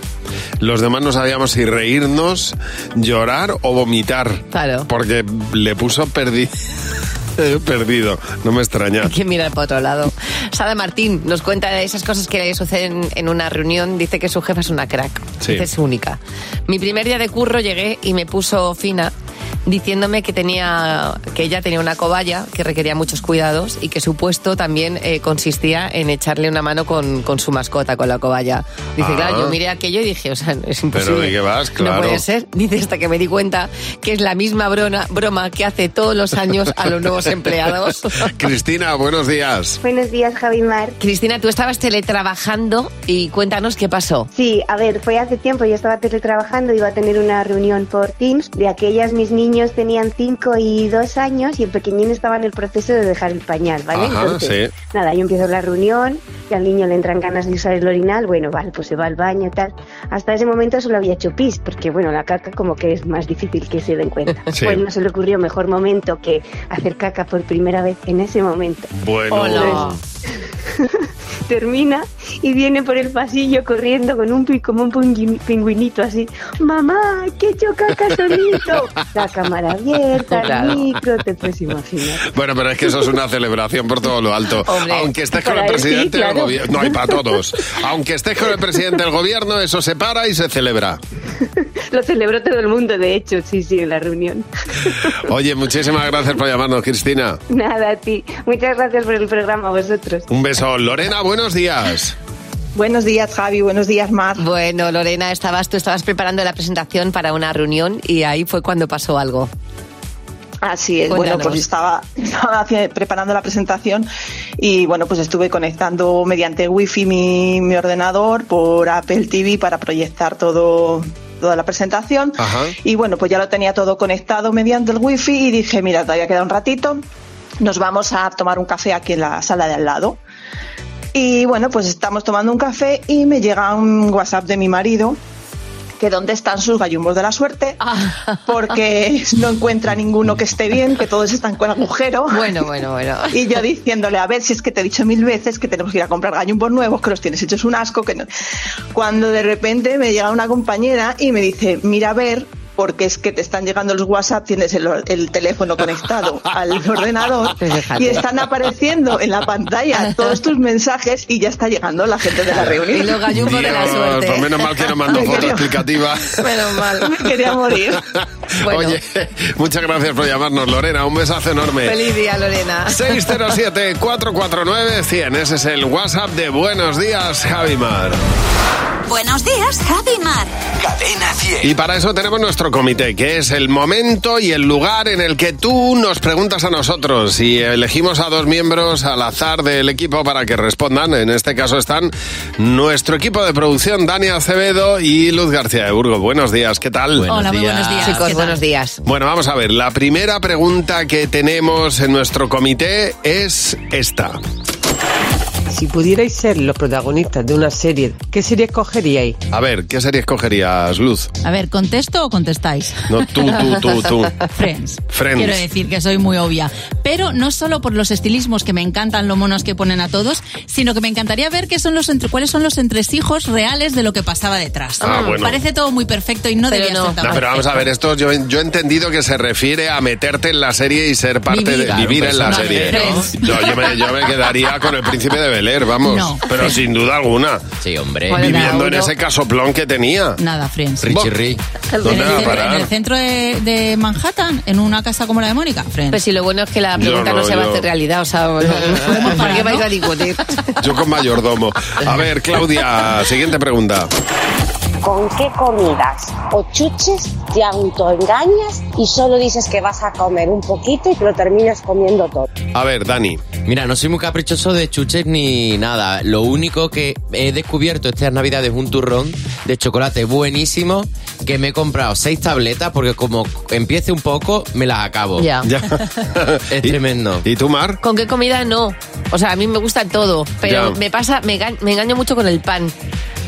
S3: Los demás no sabíamos si reírnos, llorar o vomitar.
S4: Claro.
S3: Porque le puso perdi- perdido. No me extraña.
S4: Hay que mirar para otro lado. Sada Martín nos cuenta esas cosas que le suceden en una reunión. Dice que su jefa es una crack.
S3: Sí.
S4: Dice, es única. Mi primer día de curro llegué y me puso fina diciéndome que tenía que ella tenía una cobaya que requería muchos cuidados y que su puesto también eh, consistía en echarle una mano con, con su mascota con la cobaya dice
S3: Ah.
S4: claro yo miré aquello y dije o sea es imposible
S3: Pero de qué vas, claro.
S4: no puede ser dice hasta que me di cuenta que es la misma brona- broma que hace todos los años a los nuevos empleados
S3: Cristina, buenos días.
S1: Buenos días, Javi Mar.
S4: Cristina, tú estabas teletrabajando y cuéntanos qué pasó.
S1: Sí, a ver, fue hace tiempo, yo estaba teletrabajando, iba a tener una reunión por Teams. De aquellas mis niños tenían 5 y 2 años y el pequeñín estaba en el proceso de dejar el pañal, ¿vale?
S2: Ajá,
S1: Entonces,
S2: sí.
S1: nada, yo empiezo la reunión y al niño le entran ganas de usar el orinal, bueno, vale, pues se va al baño, tal. Hasta ese momento solo había hecho pis, porque bueno, la caca como que es más difícil que se den cuenta.
S3: Sí.
S1: Pues no se le ocurrió mejor momento que hacer caca por primera vez en ese momento.
S3: Bueno.
S1: Hola. termina y viene por el pasillo corriendo con un pi- como un pingui- pingüinito así. Mamá, que he hecho caca solito. La cámara abierta,
S3: Claro.
S1: el micro, te puedes imaginar.
S3: Bueno, pero es que eso es una celebración por todo lo alto.
S1: Hombre,
S3: Aunque estés con el
S1: para él sí,
S3: presidente del
S1: claro.
S3: gobierno. No hay para todos. Aunque estés con el presidente del gobierno, eso se para y se celebra.
S1: Lo celebró todo el mundo, de hecho, sí, sí, en la reunión.
S3: Oye, muchísimas gracias por llamarnos, Cristina.
S1: Nada, a ti. Muchas gracias por el programa, a vosotros.
S3: Un beso. Lorena, buenos días.
S4: Buenos días, Javi. Buenos días, Mar. Bueno, Lorena, estabas, tú estabas preparando la presentación para una reunión y ahí fue cuando pasó algo.
S2: Así es, bueno,
S4: Cuéntanos.
S2: pues estaba, estaba haci- preparando la presentación y bueno, pues estuve conectando mediante wifi mi, mi ordenador por Apple TV para proyectar todo toda la presentación
S13: Ajá.
S2: y bueno, pues ya lo tenía todo conectado mediante el wifi y dije, mira, todavía queda un ratito, nos vamos a tomar un café aquí en la sala de al lado. Y bueno, pues estamos tomando un café y me llega un WhatsApp de mi marido que dónde están sus gallumbos de la suerte,
S4: Ah.
S2: porque no encuentra ninguno que esté bien, que todos están con agujero.
S4: Bueno, bueno, bueno.
S2: Y yo diciéndole, a ver, si es que te he dicho mil veces que tenemos que ir a comprar gallumbos nuevos, que los tienes hechos un asco, que no. Cuando de repente me llega una compañera y me dice, mira a ver, porque es que te están llegando los WhatsApp, tienes el, or- el teléfono conectado al ordenador
S4: Pues déjate.
S2: y están apareciendo en la pantalla todos tus mensajes y ya está llegando la gente de la reunión.
S3: Dios, pues menos mal que no mandó
S2: Me
S3: foto
S2: quería-
S3: explicativa.
S2: Menos mal. Me quería morir.
S3: Oye, muchas gracias por llamarnos, Lorena. Un besazo enorme.
S4: Feliz día, Lorena.
S3: 607-449-100. Ese es el WhatsApp de Buenos Días, Javimar.
S8: Buenos días, Javi y Mar. Cadena 100.
S3: Y para eso tenemos nuestro comité, que es el momento y el lugar en el que tú nos preguntas a nosotros y elegimos a dos miembros al azar del equipo para que respondan. En este caso están nuestro equipo de producción, Dani Acevedo y Luz García de Burgo. Buenos días, ¿qué tal?
S4: Chicos, buenos días.
S3: Bueno, vamos a ver, la primera pregunta que tenemos en nuestro comité es esta.
S25: Si pudierais ser los protagonistas de una serie, ¿qué serie escogeríais?
S3: A ver, ¿qué serie escogerías, Luz?
S19: A ver, ¿contesto o contestáis?
S3: No, tú, tú, tú, tú.
S19: Friends.
S3: Friends.
S19: Quiero decir que soy muy obvia. Pero no solo por los estilismos que me encantan, lo monos que ponen a todos, sino que me encantaría ver qué son los entre, cuáles son los entresijos reales de lo que pasaba detrás.
S3: Ah, bueno.
S19: Parece todo muy perfecto y no
S4: Pero
S19: debía
S4: no.
S19: ser tan
S3: No, pero vamos a ver, esto yo, yo he entendido que se refiere a meterte en la serie y ser parte
S19: Vivir.
S3: de
S19: Claro, pues
S3: vivir en la
S19: personaje,
S3: serie.
S19: ¿no?
S3: No, yo, me, yo me quedaría con el príncipe de Bel Air, vamos.
S19: No.
S3: Pero sin duda alguna. Sí, hombre.
S19: Bueno,
S3: Viviendo
S19: cada
S3: en
S19: uno.
S3: ese casoplón que tenía.
S19: Nada, Friends.
S3: Richie Rich.
S19: En el,
S3: ¿Dónde va a
S19: centro- en el
S3: parar?
S19: centro de, de Manhattan, en una casa como la de Mónica, Friends.
S4: Pues si lo bueno es que la
S3: Yo
S4: pregunta no,
S3: no,
S4: se va a
S3: yo-
S4: hacer realidad, o sea, bueno, ¿por qué vais a discutir?
S3: Yo con mayordomo. A ver, Claudia, siguiente pregunta.
S12: ¿Con qué comidas o chuches te autoengañas y solo dices que vas a comer un poquito y te lo terminas comiendo todo?
S3: A ver, Dani.
S12: Mira, no soy muy caprichoso de chuches ni nada. Lo único que he descubierto estas navidades es un turrón de chocolate buenísimo que me he comprado seis tabletas porque como empiece un poco, me las acabo.
S4: Ya. Ya.
S12: es tremendo.
S3: ¿Y tú, Mar?
S4: ¿Con qué comida no? O sea, a mí me gusta todo, pero
S3: Ya.
S4: me pasa, me, enga- me engaño mucho con el pan.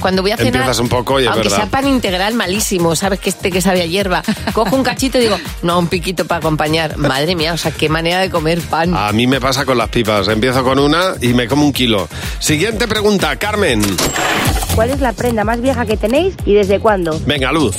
S4: Cuando voy a cenar,
S3: Empiezas un poco y es
S4: aunque
S3: verdad.
S4: sea pan integral malísimo, sabes que este que sabe a hierba, cojo un cachito y digo, no, un piquito para acompañar. Madre mía, o sea, qué manera de comer pan.
S3: A mí me pasa con las pipas. Empiezo con una y me como un kilo. Siguiente pregunta, Carmen.
S1: ¿Cuál es la prenda más vieja que tenéis y desde cuándo?
S3: Venga, luz.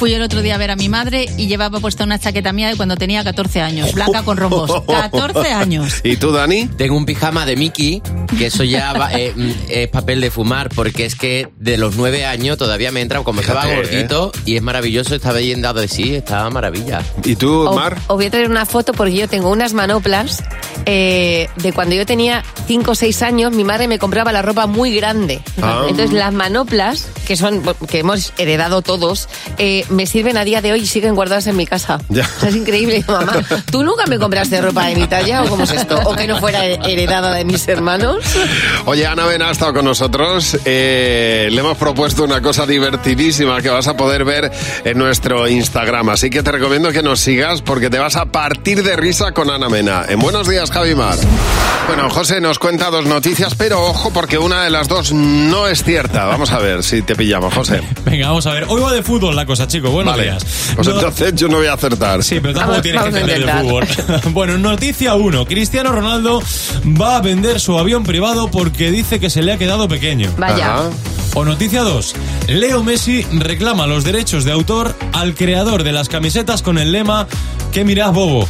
S26: Fui el otro día a ver a mi madre y llevaba puesta una chaqueta mía de cuando tenía 14 años, blanca con rombos. 14 años.
S3: ¿Y tú, Dani?
S12: Tengo un pijama de Mickey, que eso ya va- eh, mm, es papel de fumar, porque es que de los nueve años todavía me entra, como estaba
S3: Fíjate, ¿eh?
S12: gordito y es maravilloso, estaba yendado de sí, estaba maravilla.
S3: ¿Y tú,
S26: Oh.
S4: Os- Os voy a traer una foto porque yo tengo unas manoplas eh, de cuando yo tenía 5 o 6 años, mi madre me compraba la ropa muy grande.
S15: Ah.
S4: Entonces las manoplas, que son que hemos heredado todos, eh, me sirven a día de hoy y siguen guardadas en mi casa.
S15: Ya.
S4: O sea, es increíble, mamá. ¿Tú nunca me compraste ropa de mi talla o cómo es esto? ¿O que no fuera heredada de mis hermanos?
S3: Oye, Ana Ben ha estado con nosotros. Eh, le hemos propuesto una cosa divertidísima que vas a poder ver en nuestro Instagram. Así que te recomiendo que nos sigas porque te vas a partir de risa con Ana Mena. En Buenos Días, Javimar. Bueno, José nos cuenta dos noticias, pero ojo porque una de las dos no es cierta. Vamos a ver si te pillamos, José.
S21: Venga, vamos a ver. Hoy va de fútbol la cosa, chicos. Buenos
S3: Vale.
S21: días.
S3: Pues
S21: No-
S3: entonces yo no voy a acertar.
S21: Sí, pero tampoco
S3: Vamos-
S21: tienes que
S3: vamos a
S21: entender de fútbol. bueno, noticia 1. Cristiano Ronaldo va a vender su avión privado porque dice que se le ha quedado pequeño.
S4: Vaya. Ajá.
S21: O noticia 2. Leo Messi reclama los derechos de autor al creador de las camisetas con el lema ¿Qué mirás, bobo?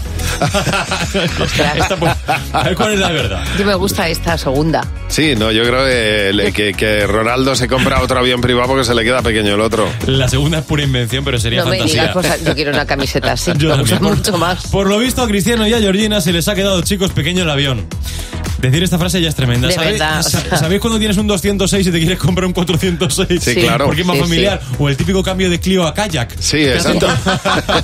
S21: Esta, pues, a ver cuál es la verdad.
S4: Yo me gusta esta segunda.
S3: Sí, no, yo creo que, le- que- que Ronaldo se compra otro avión privado porque se le queda pequeño el otro.
S21: La segunda es pura invención, pero sería
S4: no me
S21: fantasía.
S4: digas cosas. Yo quiero una camiseta así.
S21: Yo
S4: me
S21: también,
S4: gusta
S21: por-
S4: mucho más.
S21: Por lo visto a Cristiano y a Georgina se les ha quedado chicos pequeño el avión. Decir esta frase ya es tremenda.
S4: De
S21: ¿Sabéis,
S4: verdad, o
S21: sa-
S4: sea.
S21: ¿sabéis cuando tienes un 206 y te quieres comprar un 406?
S3: Sí, Sí. claro.
S21: Porque es más
S3: Sí,
S21: familiar. O el típico cambio de Clio a kayak.
S3: Sí, exacto.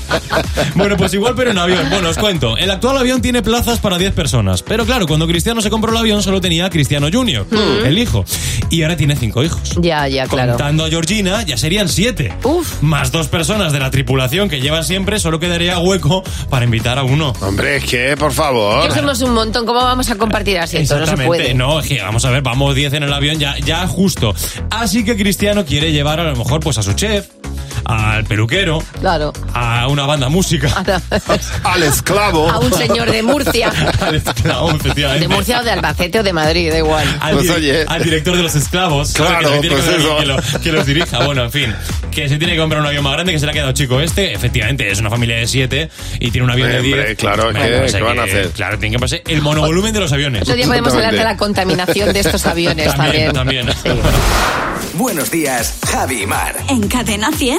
S21: bueno, pues igual, pero en avión. Bueno, os cuento. El actual avión tiene plazas para 10 personas. Pero claro, cuando Cristiano se compró el avión solo tenía a Cristiano Junior,
S3: Hmm.
S21: el hijo. Y ahora tiene 5 hijos.
S4: Ya, ya, claro.
S21: Contando a Georgina, ya serían siete. Más dos personas de la tripulación que llevan siempre, solo quedaría hueco para invitar a uno.
S3: Hombre, es que, por favor.
S4: Que somos un montón. ¿Cómo vamos a compartir asientos? No se puede.
S21: no, es que vamos a ver, vamos 10 en el avión, ya, ya justo. Así que Cristiano quiere llevar a lo mejor pues a su chef, al peluquero,
S4: Claro.
S21: a una banda música,
S3: al esclavo,
S4: A un señor de Murcia.
S21: al esclavo, efectivamente.
S4: De Murcia o de Albacete o de Madrid, da igual.
S21: al, dir- al director de los esclavos.
S3: Pues Claro,
S21: ¿sabes? que, le tiene que
S3: pues
S21: poner
S3: eso.
S21: alguien que lo- que los dirija. Bueno, en fin. Que se tiene que comprar un avión más grande que se le ha quedado chico este. Efectivamente, es una familia de siete y tiene un avión de
S3: Hombre,
S21: 10.
S3: claro, es
S21: Bueno,
S3: que,
S21: o sea
S3: ¿qué van a hacer?
S21: Claro, tiene que pasar el monovolumen de los aviones.
S4: Otro día podemos hablar de la contaminación de estos aviones también.
S21: También,
S9: Buenos días, Javi y Mar.
S8: En Cadena 100.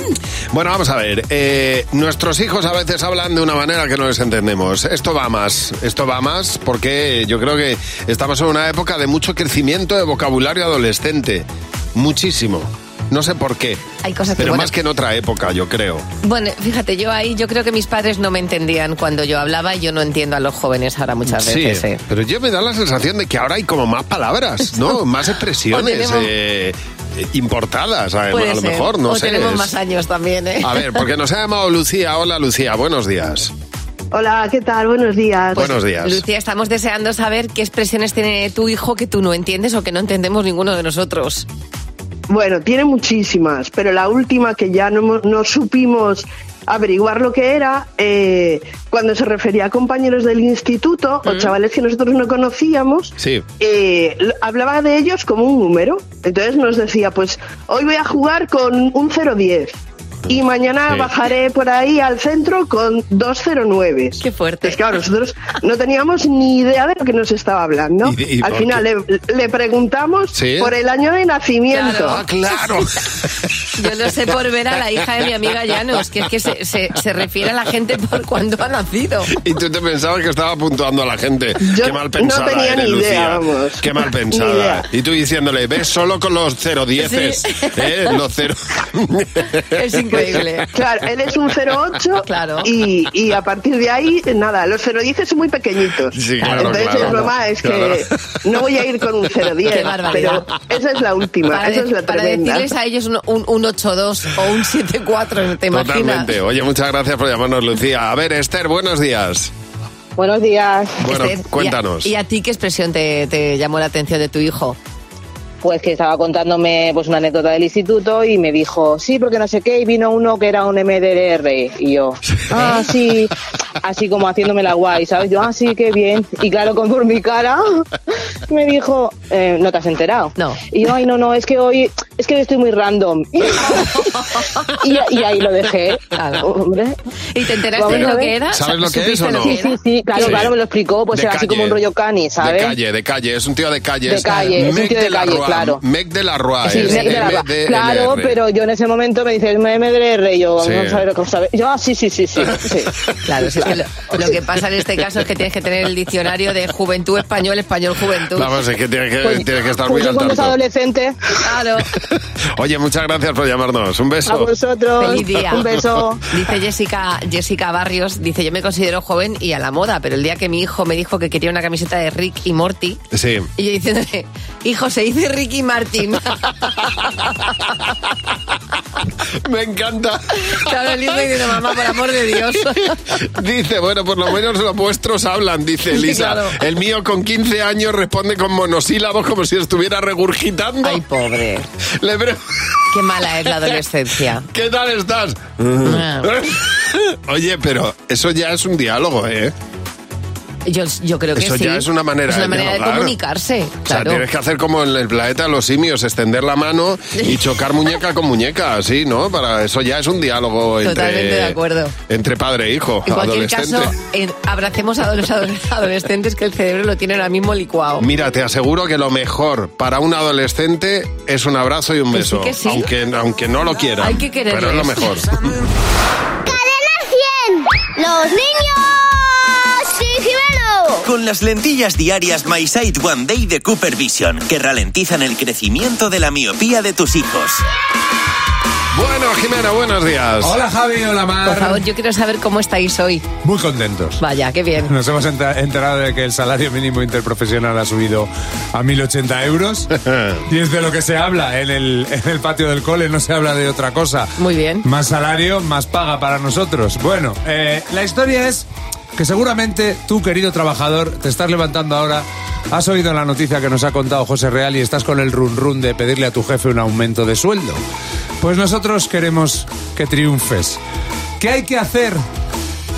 S3: Bueno, vamos a ver. eh, nuestros hijos a veces hablan de una manera que no les entendemos. Esto va más, esto va más, porque yo creo que estamos en una época de mucho crecimiento de vocabulario adolescente. Muchísimo. No sé por qué.
S4: Hay cosas que,
S3: Pero
S4: bueno,
S3: más que en otra época, yo creo.
S4: Bueno, fíjate, yo ahí yo creo que mis padres no me entendían cuando yo hablaba y yo no entiendo a los jóvenes ahora muchas veces. ¿eh?
S3: pero yo me da la sensación de que ahora hay como más palabras, ¿no? Más expresiones
S4: tenemos-
S3: eh, importadas, a,
S4: Puede
S3: a lo
S4: ser.
S3: mejor, no
S4: o
S3: sé.
S4: tenemos
S3: es-
S4: más años también, ¿eh?
S3: A ver, porque nos ha llamado Lucía. Hola, Lucía, buenos días.
S13: Hola, ¿qué tal? Buenos días.
S3: Buenos días.
S4: Pues, Lucía, estamos deseando saber qué expresiones tiene tu hijo que tú no entiendes o que no entendemos ninguno de nosotros.
S13: Bueno, tiene muchísimas, pero la última que ya no, hemos- no supimos averiguar lo que era, eh, cuando se refería a compañeros del instituto o chavales que nosotros no conocíamos,
S3: Mm. Sí.
S13: eh, lo- hablaba de ellos como un número. Entonces nos decía, pues hoy voy a jugar con un 010 y mañana
S27: Sí.
S13: bajaré por ahí al centro con 209.
S4: Qué fuerte.
S13: Es claro, nosotros no teníamos ni idea de lo que nos estaba hablando.
S3: y
S13: al
S3: por
S13: final le, le preguntamos
S3: Sí.
S13: por el año de nacimiento.
S4: Claro. Ah,
S3: claro.
S4: Yo lo sé por ver a la hija de mi amiga Llanos, que es que se, se- se refiere a la gente por cuando ha nacido.
S3: Y tú te pensabas que estaba apuntando a la gente.
S13: Yo
S3: Qué mal
S13: no
S3: pensada
S13: tenía
S3: eres,
S13: ni idea,
S3: Lucía.
S13: vamos.
S3: Qué mal
S13: Ni
S3: pensada.
S13: idea.
S3: Y tú diciéndole, ves solo con los 010,
S13: Sí.
S3: ¿eh? los 0.
S13: Es
S4: increíble.
S13: Claro, él es un 08 y, y a partir de ahí, nada, los 010 son muy pequeñitos.
S3: Sí, claro,
S13: Entonces
S3: claro.
S13: el broma es
S3: Claro.
S13: que no voy a ir con un 010,
S4: Qué barbaridad.
S13: pero esa es la última,
S4: Para,
S13: esa
S4: de-
S13: es la
S4: para
S13: tremenda.
S4: decirles a ellos un, un, un 8-2 o un 7-4, ¿te imaginas?
S3: Totalmente. Oye, muchas gracias por llamarnos, Lucía. A ver, Esther, buenos días.
S4: Buenos días.
S3: Bueno, cuéntanos.
S4: Este, ¿Y a, ti qué expresión te, te llamó la atención de tu hijo?
S28: Pues que estaba contándome pues una anécdota del instituto y me dijo, sí, porque no sé qué, y vino uno que era un MDR. Y yo, ah, sí, así como haciéndome la guay, ¿sabes? Yo, ah, sí, qué bien. Y claro, con por mi cara, me dijo, "Eh, no te has enterado. No. Y yo, ay, no, no, es que hoy, es que hoy estoy muy random. y, y ahí lo dejé. Hombre.
S4: ¿Y te enteraste
S28: Vamos
S4: de
S28: a
S4: lo
S28: ver.
S4: que era?
S3: ¿Sabes lo que
S4: ¿Supiste
S3: es o no?
S28: Sí, sí, sí, claro,
S3: Sí.
S28: claro, me lo explicó, pues
S3: De
S28: era así como un
S3: calle.
S28: rollo cani,
S3: De
S28: ¿sabes?
S3: calle, de calle, es un tío de calle.
S28: De
S3: es
S28: calle, es un
S3: Mec
S28: tío de calle,
S3: Roa,
S28: claro.
S3: Mec de la Roa.
S28: Sí,
S3: es
S28: me- me la-
S3: MDLR.
S28: claro, pero yo en ese momento me dices MDR y yo
S3: Sí.
S28: no sabes lo que sabes. Yo, ah, sí, sí, sí, sí. sí.
S4: Claro, si es que lo, lo que pasa en este caso es que tienes que tener el diccionario de juventud español, español, juventud.
S3: Vamos, es que tienes que,
S28: Pues-
S3: tienes que estar
S28: Pues
S3: muy
S28: yo
S3: al
S28: cuando
S3: tanto.
S28: era adolescente,
S4: Claro.
S3: Oye, muchas gracias por llamarnos. Un beso.
S28: A vosotros.
S4: Feliz día.
S28: Un beso.
S4: Dice Jessica, Jessica Barrios, dice, yo me considero joven y a la moda, pero el día que mi hijo me dijo que quería una camiseta de Rick y Morty,
S3: Sí.
S4: y yo diciéndole, hijo, se dice Rick y Martin.
S3: Me encanta.
S4: Claro, el hijo diciendo, mamá, por amor de Dios.
S3: Dice, bueno, por lo menos los vuestros hablan, dice
S4: Sí,
S3: Elisa.
S4: claro.
S3: El mío con 15 años responde con monosílabos como si estuviera regurgitando. Ay,
S4: pobre.
S3: Le pre-
S4: Qué mala es la adolescencia.
S3: ¿Qué tal estás?
S4: Ah.
S3: Oye, pero eso ya es un diálogo, ¿eh?
S4: Yo, yo creo que
S3: Eso
S4: sí.
S3: ya es una manera
S4: Es una
S3: de
S4: manera de
S3: dialogar.
S4: comunicarse,
S3: O sea,
S4: claro.
S3: tienes que hacer como en el planeta de los simios, extender la mano y chocar muñeca con muñeca, así, ¿no? Para eso ya es un diálogo entre,
S4: Totalmente de acuerdo.
S3: entre padre e hijo,
S4: En cualquier
S3: adolescente.
S4: caso, en- abracemos a los adoles- adolescentes que el cerebro lo tiene ahora mismo licuado.
S3: Mira, te aseguro que lo mejor para un adolescente es un abrazo y un
S4: Que
S3: beso.
S4: sí, que sí.
S3: Aunque, aunque no lo quiera.
S4: Hay que quererles.
S3: Pero es lo mejor.
S11: ¡Los niños! ¡Sí, Jimeno!
S12: Con las lentillas diarias My Sight One Day de Cooper Vision, que ralentizan el crecimiento de la miopía de tus hijos.
S3: Bueno, Jimena, buenos días.
S9: Hola Javi, hola Mar.
S4: Por favor, yo quiero saber cómo estáis hoy.
S9: Muy contentos.
S4: Vaya, qué bien.
S9: Nos hemos enta- enterado de que el salario mínimo interprofesional ha subido a 1.080 euros. y es de lo que se habla en el, en el patio del cole, no se habla de otra cosa.
S4: Muy bien.
S9: Más salario, más paga para nosotros. Bueno, eh, la historia es que seguramente tú, querido trabajador, te estás levantando ahora. Has oído la noticia que nos ha contado José Real y estás con el run run de pedirle a tu jefe un aumento de sueldo. Pues nosotros queremos que triunfes. ¿Qué hay que hacer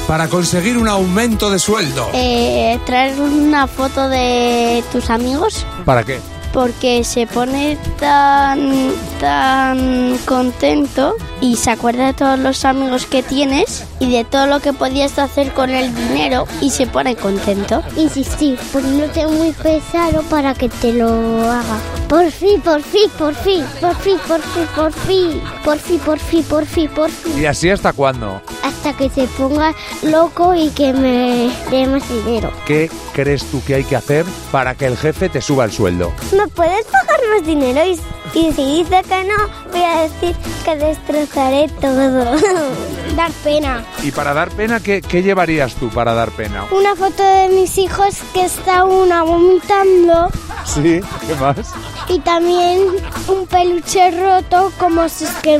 S9: para conseguir un aumento de sueldo?
S14: Eh, traer una foto de tus amigos
S9: ¿Para qué?
S14: porque se pone tan tan contento y se acuerda de todos los amigos que tienes y de todo lo que podías hacer con el dinero y se pone contento.
S15: Insistir, poniéndote "Pues muy pesado para que te lo haga. Por fin, por fin, por fin, por fin, por fin, por fin, por fin, por fin, por fin, por fin.
S9: ¿Y así hasta cuándo?
S15: Hasta que se ponga loco y que me dé más dinero.
S9: ¿Qué crees tú que hay que hacer para que el jefe te suba el sueldo?
S15: ¿Me puedes pagar más dinero? Y, y si dice que no, voy a decir que destrozaré todo. Dar pena.
S9: Y para dar pena, ¿qué, qué llevarías tú para dar pena?
S15: Una foto de mis hijos que está una vomitando
S9: Sí, ¿qué más?
S15: y también un peluche roto como si es que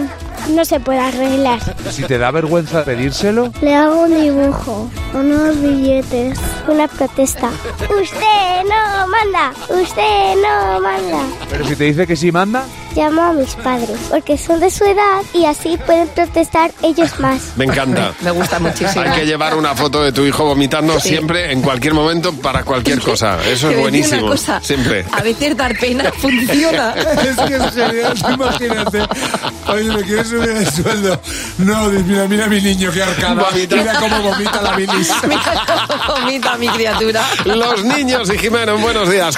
S15: no se puede arreglar.
S9: Si te da vergüenza pedírselo,
S15: Le hago un dibujo, unos billetes, una protesta. Usted no manda, usted no manda.
S9: pero si te dice que sí manda,
S15: Llamo a mis padres porque son de su edad y así pueden protestar ellos más.
S3: Me encanta.
S4: Me gusta muchísimo.
S3: Hay que llevar una foto de tu hijo vomitando siempre, en cualquier momento, para cualquier cosa. Eso
S4: Te
S3: es
S4: voy a decir
S3: buenísimo.
S4: una cosa.
S3: Siempre.
S4: A veces dar pena funciona.
S9: Es que es genial, tú imagínate. Oye, ¿me quieres subir el sueldo? No, dices, mira, mira a mi niño, qué arcada.
S3: Vomita.
S9: Mira cómo vomita la bilis.
S4: Mira cómo vomita mi criatura.
S3: Los niños y Jimeno, buenos días,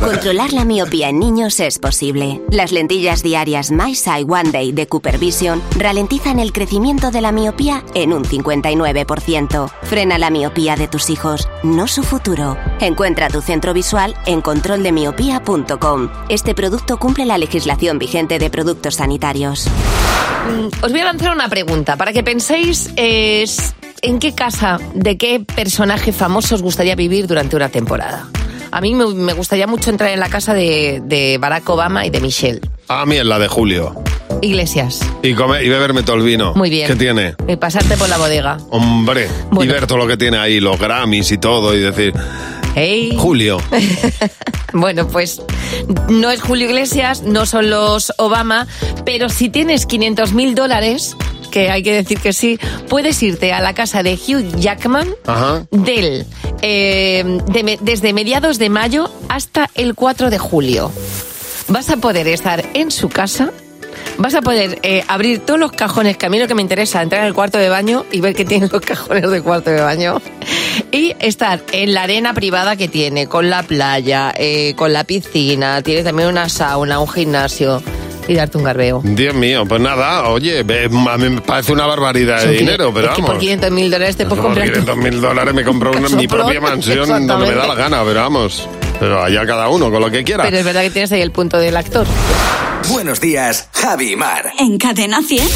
S16: Controlar la miopía en niños es posible. Las lentillas diarias My Sight One Day de Cooper Vision ralentizan el crecimiento de la miopía en un 59%. Frena la miopía de tus hijos, no su futuro. Encuentra tu centro visual en controldemiopía.com. Este producto cumple la legislación vigente de productos sanitarios.
S4: Mm, Os voy a lanzar una pregunta para que penséis eh, s- en qué casa, de qué personaje famoso os gustaría vivir durante una temporada. A mí me, me gustaría mucho entrar en la casa de, de Barack Obama y de Michelle.
S3: A mí es la de Julio.
S4: Iglesias.
S3: Y, comer, y beberme todo el vino.
S4: Muy bien.
S3: ¿Qué tiene?
S4: Y pasarte por la bodega.
S3: Hombre. Y ver todo lo que tiene ahí, los Grammys y todo, y decir,
S4: ¡Ey!
S3: Julio.
S4: Bueno, pues no es Julio Iglesias, no son los Obama, pero si tienes 500 mil dólares, que hay que decir que sí, puedes irte a la casa de Hugh Jackman
S3: Ajá.
S4: del, eh, de me- desde mediados de mayo hasta el 4 de julio. Vas a poder estar en su casa. Vas a poder eh, abrir todos los cajones, que a mí lo que me interesa, entrar en el cuarto de baño y ver qué tienen los cajones del cuarto de baño. Y estar en la arena privada que tiene, con la playa, eh, con la piscina, tiene también una sauna, un gimnasio y darte un garbeo.
S3: Dios mío, pues nada, oye, ve- a mí me parece una barbaridad
S4: Son
S3: de dinero,
S4: quine-
S3: pero
S4: es que pues
S3: vamos.
S4: por 500 mil dólares te puedes
S3: Por
S4: comprar tu-
S3: 500 mil dólares me compro una, mi
S4: Casoplón,
S3: propia mansión donde me da la
S4: exactamente.
S3: gana, pero vamos. Pero allá cada uno, con lo que quiera.
S4: Pero es verdad que tienes ahí el punto del actor.
S12: Buenos días, Javi y Mar.
S8: En Cadena 100.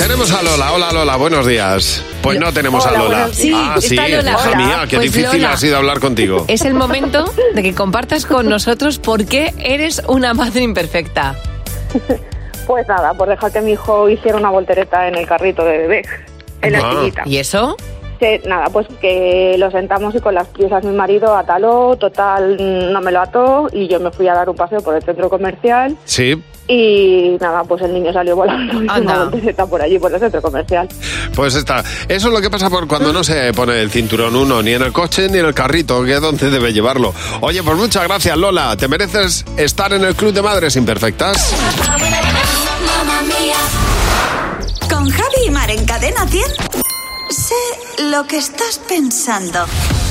S3: Tenemos a Lola, hola Lola, buenos días. Pues no tenemos
S4: Hola,
S3: a Lola.
S4: buenos- sí,
S3: ah, sí,
S4: está Lola.
S3: hija
S4: Hola.
S3: mía, qué
S4: Pues
S3: difícil
S4: Lola. Eh,
S3: ha sido hablar contigo.
S4: Es el momento de que compartas con nosotros por qué eres una madre imperfecta.
S17: Pues nada, por dejar que mi hijo hiciera una voltereta en el carrito de bebé, en
S3: Ah.
S17: la sillita.
S4: ¿Y eso?
S17: Que, nada, pues que lo sentamos y con las piezas mi marido ataló, total mm, no me lo ató y yo me fui a dar un paseo por el centro comercial
S3: Sí,
S17: y nada, pues el niño salió volando y hizo
S4: Anda.
S17: una voltereta por allí, por el centro comercial.
S3: pues está. Eso es lo que pasa por cuando no se pone el cinturón uno, ni en el coche ni en el carrito, que es donde debe llevarlo. Oye, pues muchas gracias Lola, te mereces estar en el Club de Madres Imperfectas.
S8: Mamma mía. Con Javi y Mar en Cadena 100. Sé lo que estás pensando.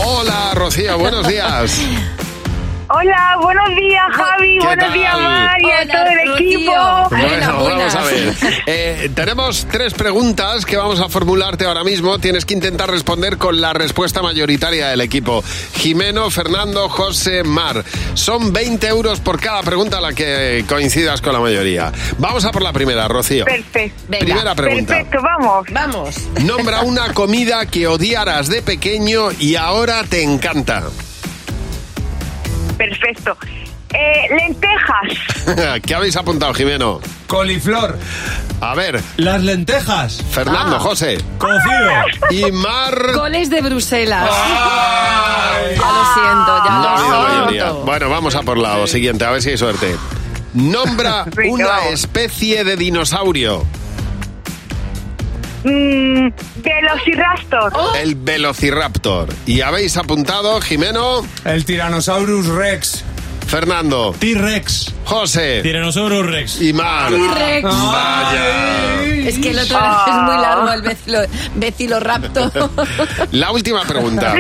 S3: Hola Ah, Rocío, buenos días.
S18: Hola, buenos días Javi,
S3: ¿Qué
S18: buenos
S3: tal?
S18: días Mari, a Hola, todo el Rocío. equipo.
S3: Bueno, vamos a ver. Eh, tenemos tres preguntas que vamos a formularte ahora mismo. Tienes que intentar responder con la respuesta mayoritaria del equipo. Jimeno, Fernando, José, Mar. Son 20 euros por cada pregunta a la que coincidas con la mayoría. Vamos a por la primera, Rocío.
S18: Perfecto.
S3: Venga. Primera pregunta.
S18: Perfecto, vamos.
S4: Vamos.
S3: Nombra una comida que odiaras de pequeño y ahora te encanta.
S18: Perfecto. Eh, lentejas.
S3: ¿Qué habéis apuntado, Jimeno? Coliflor. A ver. Las lentejas. Fernando,
S4: Ah.
S3: José. Y Mar.
S4: Goles de Bruselas. Ya lo siento, ya
S3: No ha habido
S4: lo siento.
S3: mayoría. Bueno, vamos a por la siguiente, a ver si hay suerte. Nombra
S18: Venga,
S3: una
S18: vamos.
S3: especie de dinosaurio.
S18: Mm, velociraptor.
S3: El velociraptor. ¿Y habéis apuntado, Jimeno? El Tyrannosaurus Rex. Fernando. T-Rex. José. Tyrannosaurus Rex. Y Mar.
S4: T-Rex.
S3: Vaya.
S4: Es que el otro es muy largo, el vecilo, vecilorapto. Ah.
S3: La última pregunta.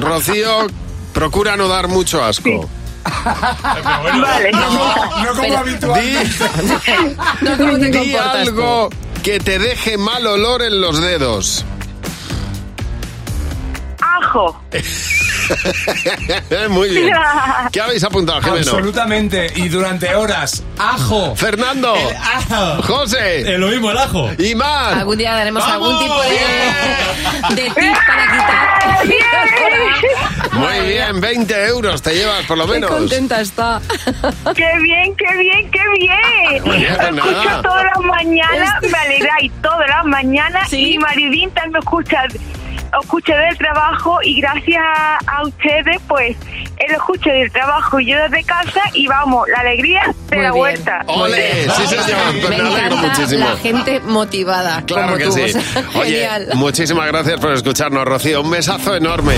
S3: Rocío, procura no dar mucho asco.
S18: vale.
S4: Pero- No, ¿cómo te
S3: Di
S4: comportas tú?
S3: algo que te deje mal olor en los dedos.
S18: Ajo.
S3: Muy bien. ¿Qué habéis apuntado, Ah, Jimeno?
S9: Absolutamente. Y durante horas. ¡Ajo!
S3: Fernando. José.
S5: Eh, lo mismo, el ajo.
S3: Y más.
S4: Algún día daremos algún tipo de, de tip para quitar.
S3: Muy bien, 20 euros te llevas por lo
S4: Qué
S3: menos.
S4: contenta está.
S18: ¡Qué bien, qué bien, qué bien!
S3: Muy bien,
S18: Os
S3: pues
S18: escucho
S3: nada.
S18: todas las mañanas,
S4: Este-
S18: me alegráis todas las mañanas y Maridín también me escucha, os escucha del trabajo y gracias a, a ustedes, pues, él escucha del trabajo y yo desde casa y vamos, la alegría de la vuelta.
S3: Ole, sí señor,
S4: Me
S3: pues me alegro
S4: encanta
S3: muchísimo.
S4: la gente motivada.
S3: Claro
S4: como
S3: que
S4: tú,
S3: sí.
S4: o sea,
S3: Oye,
S4: genial.
S3: muchísimas gracias por escucharnos, Rocío. Un besazo enorme.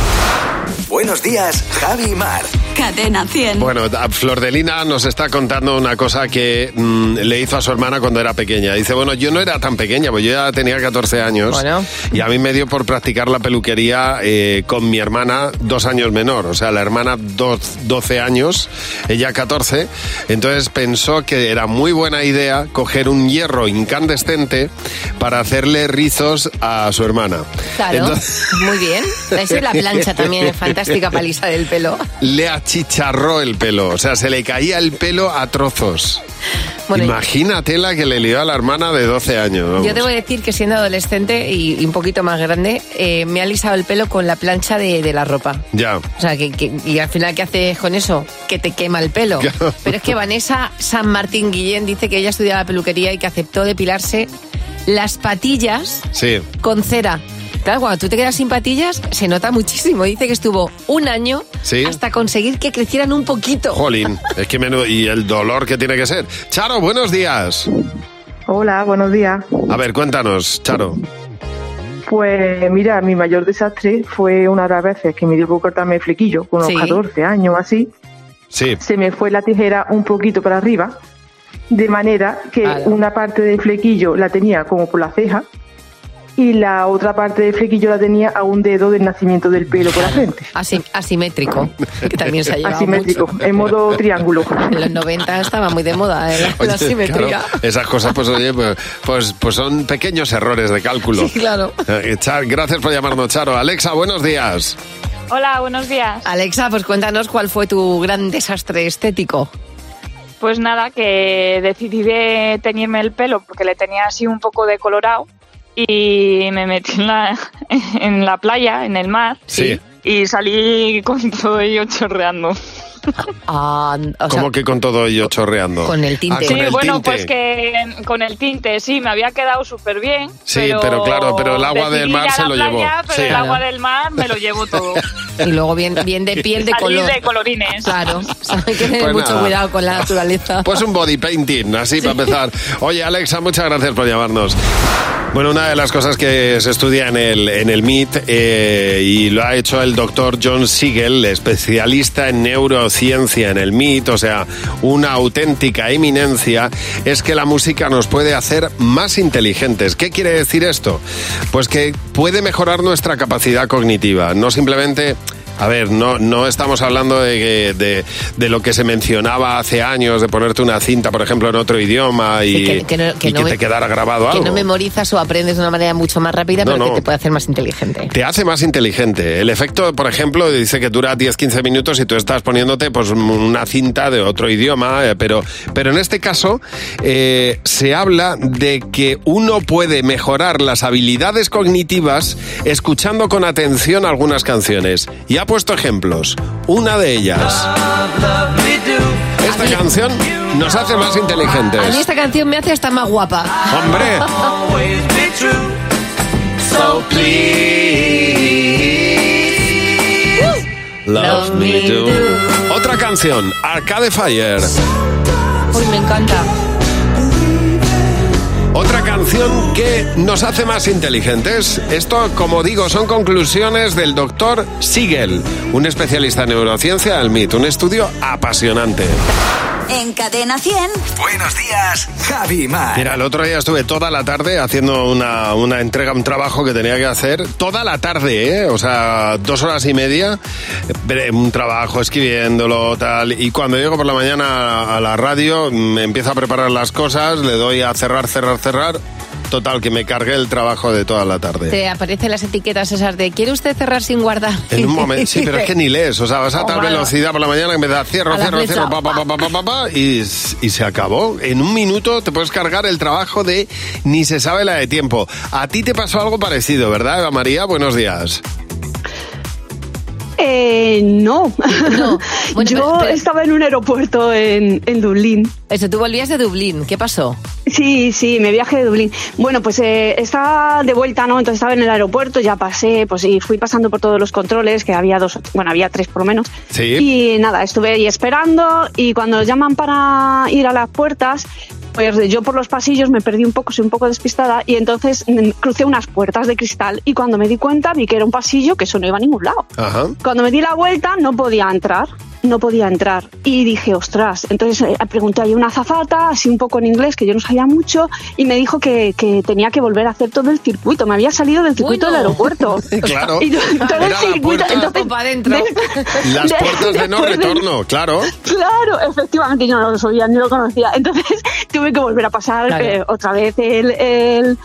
S12: Buenos días, Javi y Mar.
S8: Cadena 100.
S3: Bueno, a Flor de Lina nos está contando una cosa que mm, le hizo a su hermana cuando era pequeña. Dice, bueno, yo no era tan pequeña, pues yo ya tenía 14 años. Y a mí me dio por practicar la peluquería eh, con mi hermana dos años menor. O sea, la hermana dos- 12 años, ella 14. Entonces pensó que era muy buena idea coger un hierro incandescente para hacerle rizos a su hermana.
S4: Claro,
S3: Entonces-
S4: muy bien. Eso es la plancha también es fantástica paliza del pelo.
S3: Le achicharró el pelo, o sea, se le caía el pelo a trozos.
S4: Bueno,
S3: Imagínate la que le lió a la hermana de 12 años. vamos.
S4: Yo debo decir que siendo adolescente y, y un poquito más grande, eh, me ha alisado el pelo con la plancha de, de la ropa.
S3: Ya.
S4: O sea, que, que- y al final, ¿qué haces con eso? Que te quema el pelo.
S3: Claro.
S4: Pero es que Vanessa San Martín Guillén dice que ella estudiaba peluquería y que aceptó depilarse las patillas
S3: Sí.
S4: con cera. Claro, cuando tú te quedas sin patillas, se nota muchísimo. Dice que estuvo un año
S3: Sí.
S4: hasta conseguir que crecieran un poquito.
S3: Jolín, es que menudo. Y el dolor que tiene que ser. Charo, buenos días.
S2: Hola, buenos días.
S3: A ver, cuéntanos, Charo.
S2: Pues mira, mi mayor desastre fue una de las veces que me dio por cortarme el flequillo, con unos
S19: Sí.
S2: 14 años o así.
S3: Sí.
S2: Se me fue la tijera un poquito para arriba, de manera que una parte del flequillo la tenía como por la ceja y la otra parte del flequillo la tenía a un dedo del nacimiento del pelo por la frente.
S4: Asi- asimétrico, que también se ha llevado
S2: Asimétrico,
S4: mucho.
S2: en modo triángulo.
S4: En los 90 estaba muy de moda eh, la, la
S3: Oye,
S4: asimetría.
S3: claro, esas cosas, pues oye, pues, pues, pues son pequeños errores de cálculo.
S4: Sí, claro.
S3: Eh, Char, gracias por llamarnos, Charo. Alexa, buenos días.
S19: Hola, buenos días.
S4: Alexa, pues cuéntanos cuál fue tu gran desastre estético.
S19: Pues nada, que decidí de teñirme el pelo porque le tenía así un poco de colorado y me metí en la, en la playa, en el mar,
S3: Sí.
S19: y salí con todo ello chorreando.
S3: Ah, ¿Cómo que con todo ello chorreando?
S19: Con
S4: el
S3: Ah, con
S19: sí,
S3: el
S19: bueno,
S3: tinte.
S19: pues que con el tinte, sí, me había quedado súper bien.
S3: Sí, pero claro, pero el agua
S19: decidí
S3: del mar
S19: ir a
S3: se
S19: la
S3: lo
S19: playa,
S3: llevó.
S19: Pero
S3: Sí.
S19: el agua
S3: Claro.
S19: del mar me lo llevó todo.
S4: Y luego bien, bien de piel de
S19: Salí
S4: color.
S19: de colorines.
S4: Claro, o sea, hay que tener
S3: Pues
S4: mucho
S3: nada.
S4: cuidado con la naturaleza.
S3: Pues un body painting, así para empezar. Oye, Alexa, muchas gracias por llamarnos. Bueno, una de las cosas que se estudia en el, en el MIT eh, y lo ha hecho el doctor John Siegel, especialista en neurociencia en el MIT, o sea, una auténtica eminencia, es que la música nos puede hacer más inteligentes. ¿Qué quiere decir esto? Pues que puede mejorar nuestra capacidad cognitiva, no simplemente a ver, no, no estamos hablando de, que- de, de lo que se mencionaba hace años, de ponerte una cinta, por ejemplo, en otro idioma y,
S4: Sí, que- que no- que
S3: y
S4: no me-
S3: te quedara grabado
S4: que
S3: algo.
S4: no memorizas o aprendes de una manera mucho más rápida,
S3: No,
S4: pero
S3: no.
S4: que te puede hacer más inteligente.
S3: Te hace más inteligente. El efecto, por ejemplo, dice que dura 10-15 minutos y tú estás poniéndote pues, una cinta de otro idioma, eh, pero, pero en este caso eh, se habla de que uno puede mejorar las habilidades cognitivas escuchando con atención algunas canciones. Y ha puesto ejemplos. Una de ellas. Esta canción nos hace más inteligentes.
S4: A mí esta canción me hace hasta más guapa.
S3: ¡Hombre! Love me do. Otra canción, Arcade Fire.
S4: Uy, me encanta.
S3: Otra canción que nos hace más inteligentes. Esto, como digo, son conclusiones del doctor Siegel, un especialista en neurociencia del MIT, un estudio apasionante.
S8: En Cadena 100.
S12: Buenos días, Javi y Mar.
S3: Mira, el otro día estuve toda la tarde haciendo una, una entrega, un trabajo que tenía que hacer. Toda la tarde, ¿eh? O sea, dos horas y media, eh, un trabajo, escribiéndolo, tal. Y cuando llego por la mañana a la radio, me empiezo a preparar las cosas, le doy a cerrar, cerrar, cerrar. Total, que me cargué el trabajo de toda la tarde.
S4: Te aparecen las etiquetas esas de ¿Quiere usted cerrar sin guardar?
S3: En un momento, sí, pero es que ni lees, o sea,
S19: Oh,
S3: vas a tal
S4: Hombre.
S3: velocidad por la mañana que me da cierro,
S4: A la
S3: cierro,
S4: flecha.
S3: cierro, pa, pa, pa, pa, pa, pa, pa, y, s- y se acabó. En un minuto te puedes cargar el trabajo de ni se sabe la de tiempo. A ti te pasó algo parecido, ¿verdad, Eva María? Buenos días.
S19: Eh, no.
S4: Yo
S19: estaba en un aeropuerto en, en Dublín.
S4: Eso, tú volvías de Dublín. ¿Qué pasó?
S19: Sí, sí, me viaje de Dublín. Bueno, pues eh, estaba de vuelta, ¿no? Entonces estaba en el aeropuerto, ya pasé, pues y fui pasando por todos los controles, que había dos, bueno, había tres por lo menos.
S3: Sí.
S19: Y nada, estuve ahí esperando y cuando llaman para ir a las puertas, pues yo por los pasillos me perdí un poco, soy un poco despistada y entonces mm, crucé unas puertas de cristal y cuando me di cuenta vi que era un pasillo que eso no iba a ningún lado.
S3: Ajá.
S19: Cuando me di la vuelta no podía entrar, no podía entrar. Y dije, ostras, entonces eh, pregunté a una azafata, así un poco en inglés, que yo no sabía mucho, y me dijo que, que tenía que volver a hacer todo el circuito. Me había salido del circuito del aeropuerto.
S3: Claro.
S19: Y yo- todo el
S3: Era la
S19: circuito.
S3: puerta-
S19: entonces,
S3: Las
S19: de-
S3: puertas de no
S19: después de-
S3: retorno, claro.
S19: Claro, efectivamente, yo no lo sabía ni lo conocía. Entonces tuve que volver a pasar
S3: Claro.
S19: eh, otra vez el, el-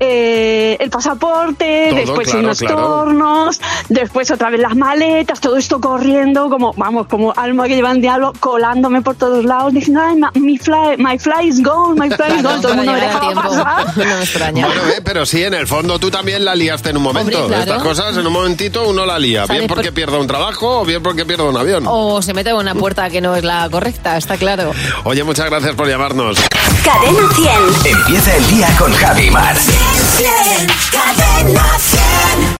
S19: eh, el pasaporte,
S1: Todo,
S19: después
S1: claro,
S19: unos
S1: claro.
S19: tornos, después otra vez las maletas, todo esto corriendo, como, vamos, como alma que lleva el diablo, colándome por todos lados, diciendo, ay, ma- mi fly, my fly is gone, my fly is gone, todo el mundo me dejaba pasar.
S4: No me extraña.
S3: Bueno, eh, pero sí, en el fondo tú también la liaste en un momento.
S4: Hombre, claro.
S3: Estas cosas en un momentito uno la lía.
S4: ¿Sabes
S3: Bien porque
S4: por-
S3: pierda un trabajo o bien porque pierda un avión.
S4: O se mete en una puerta que no es la correcta, está claro.
S3: Oye, muchas gracias por llamarnos.
S8: Cadena 100.
S12: Empieza el día con Javi Mar.
S8: Cadena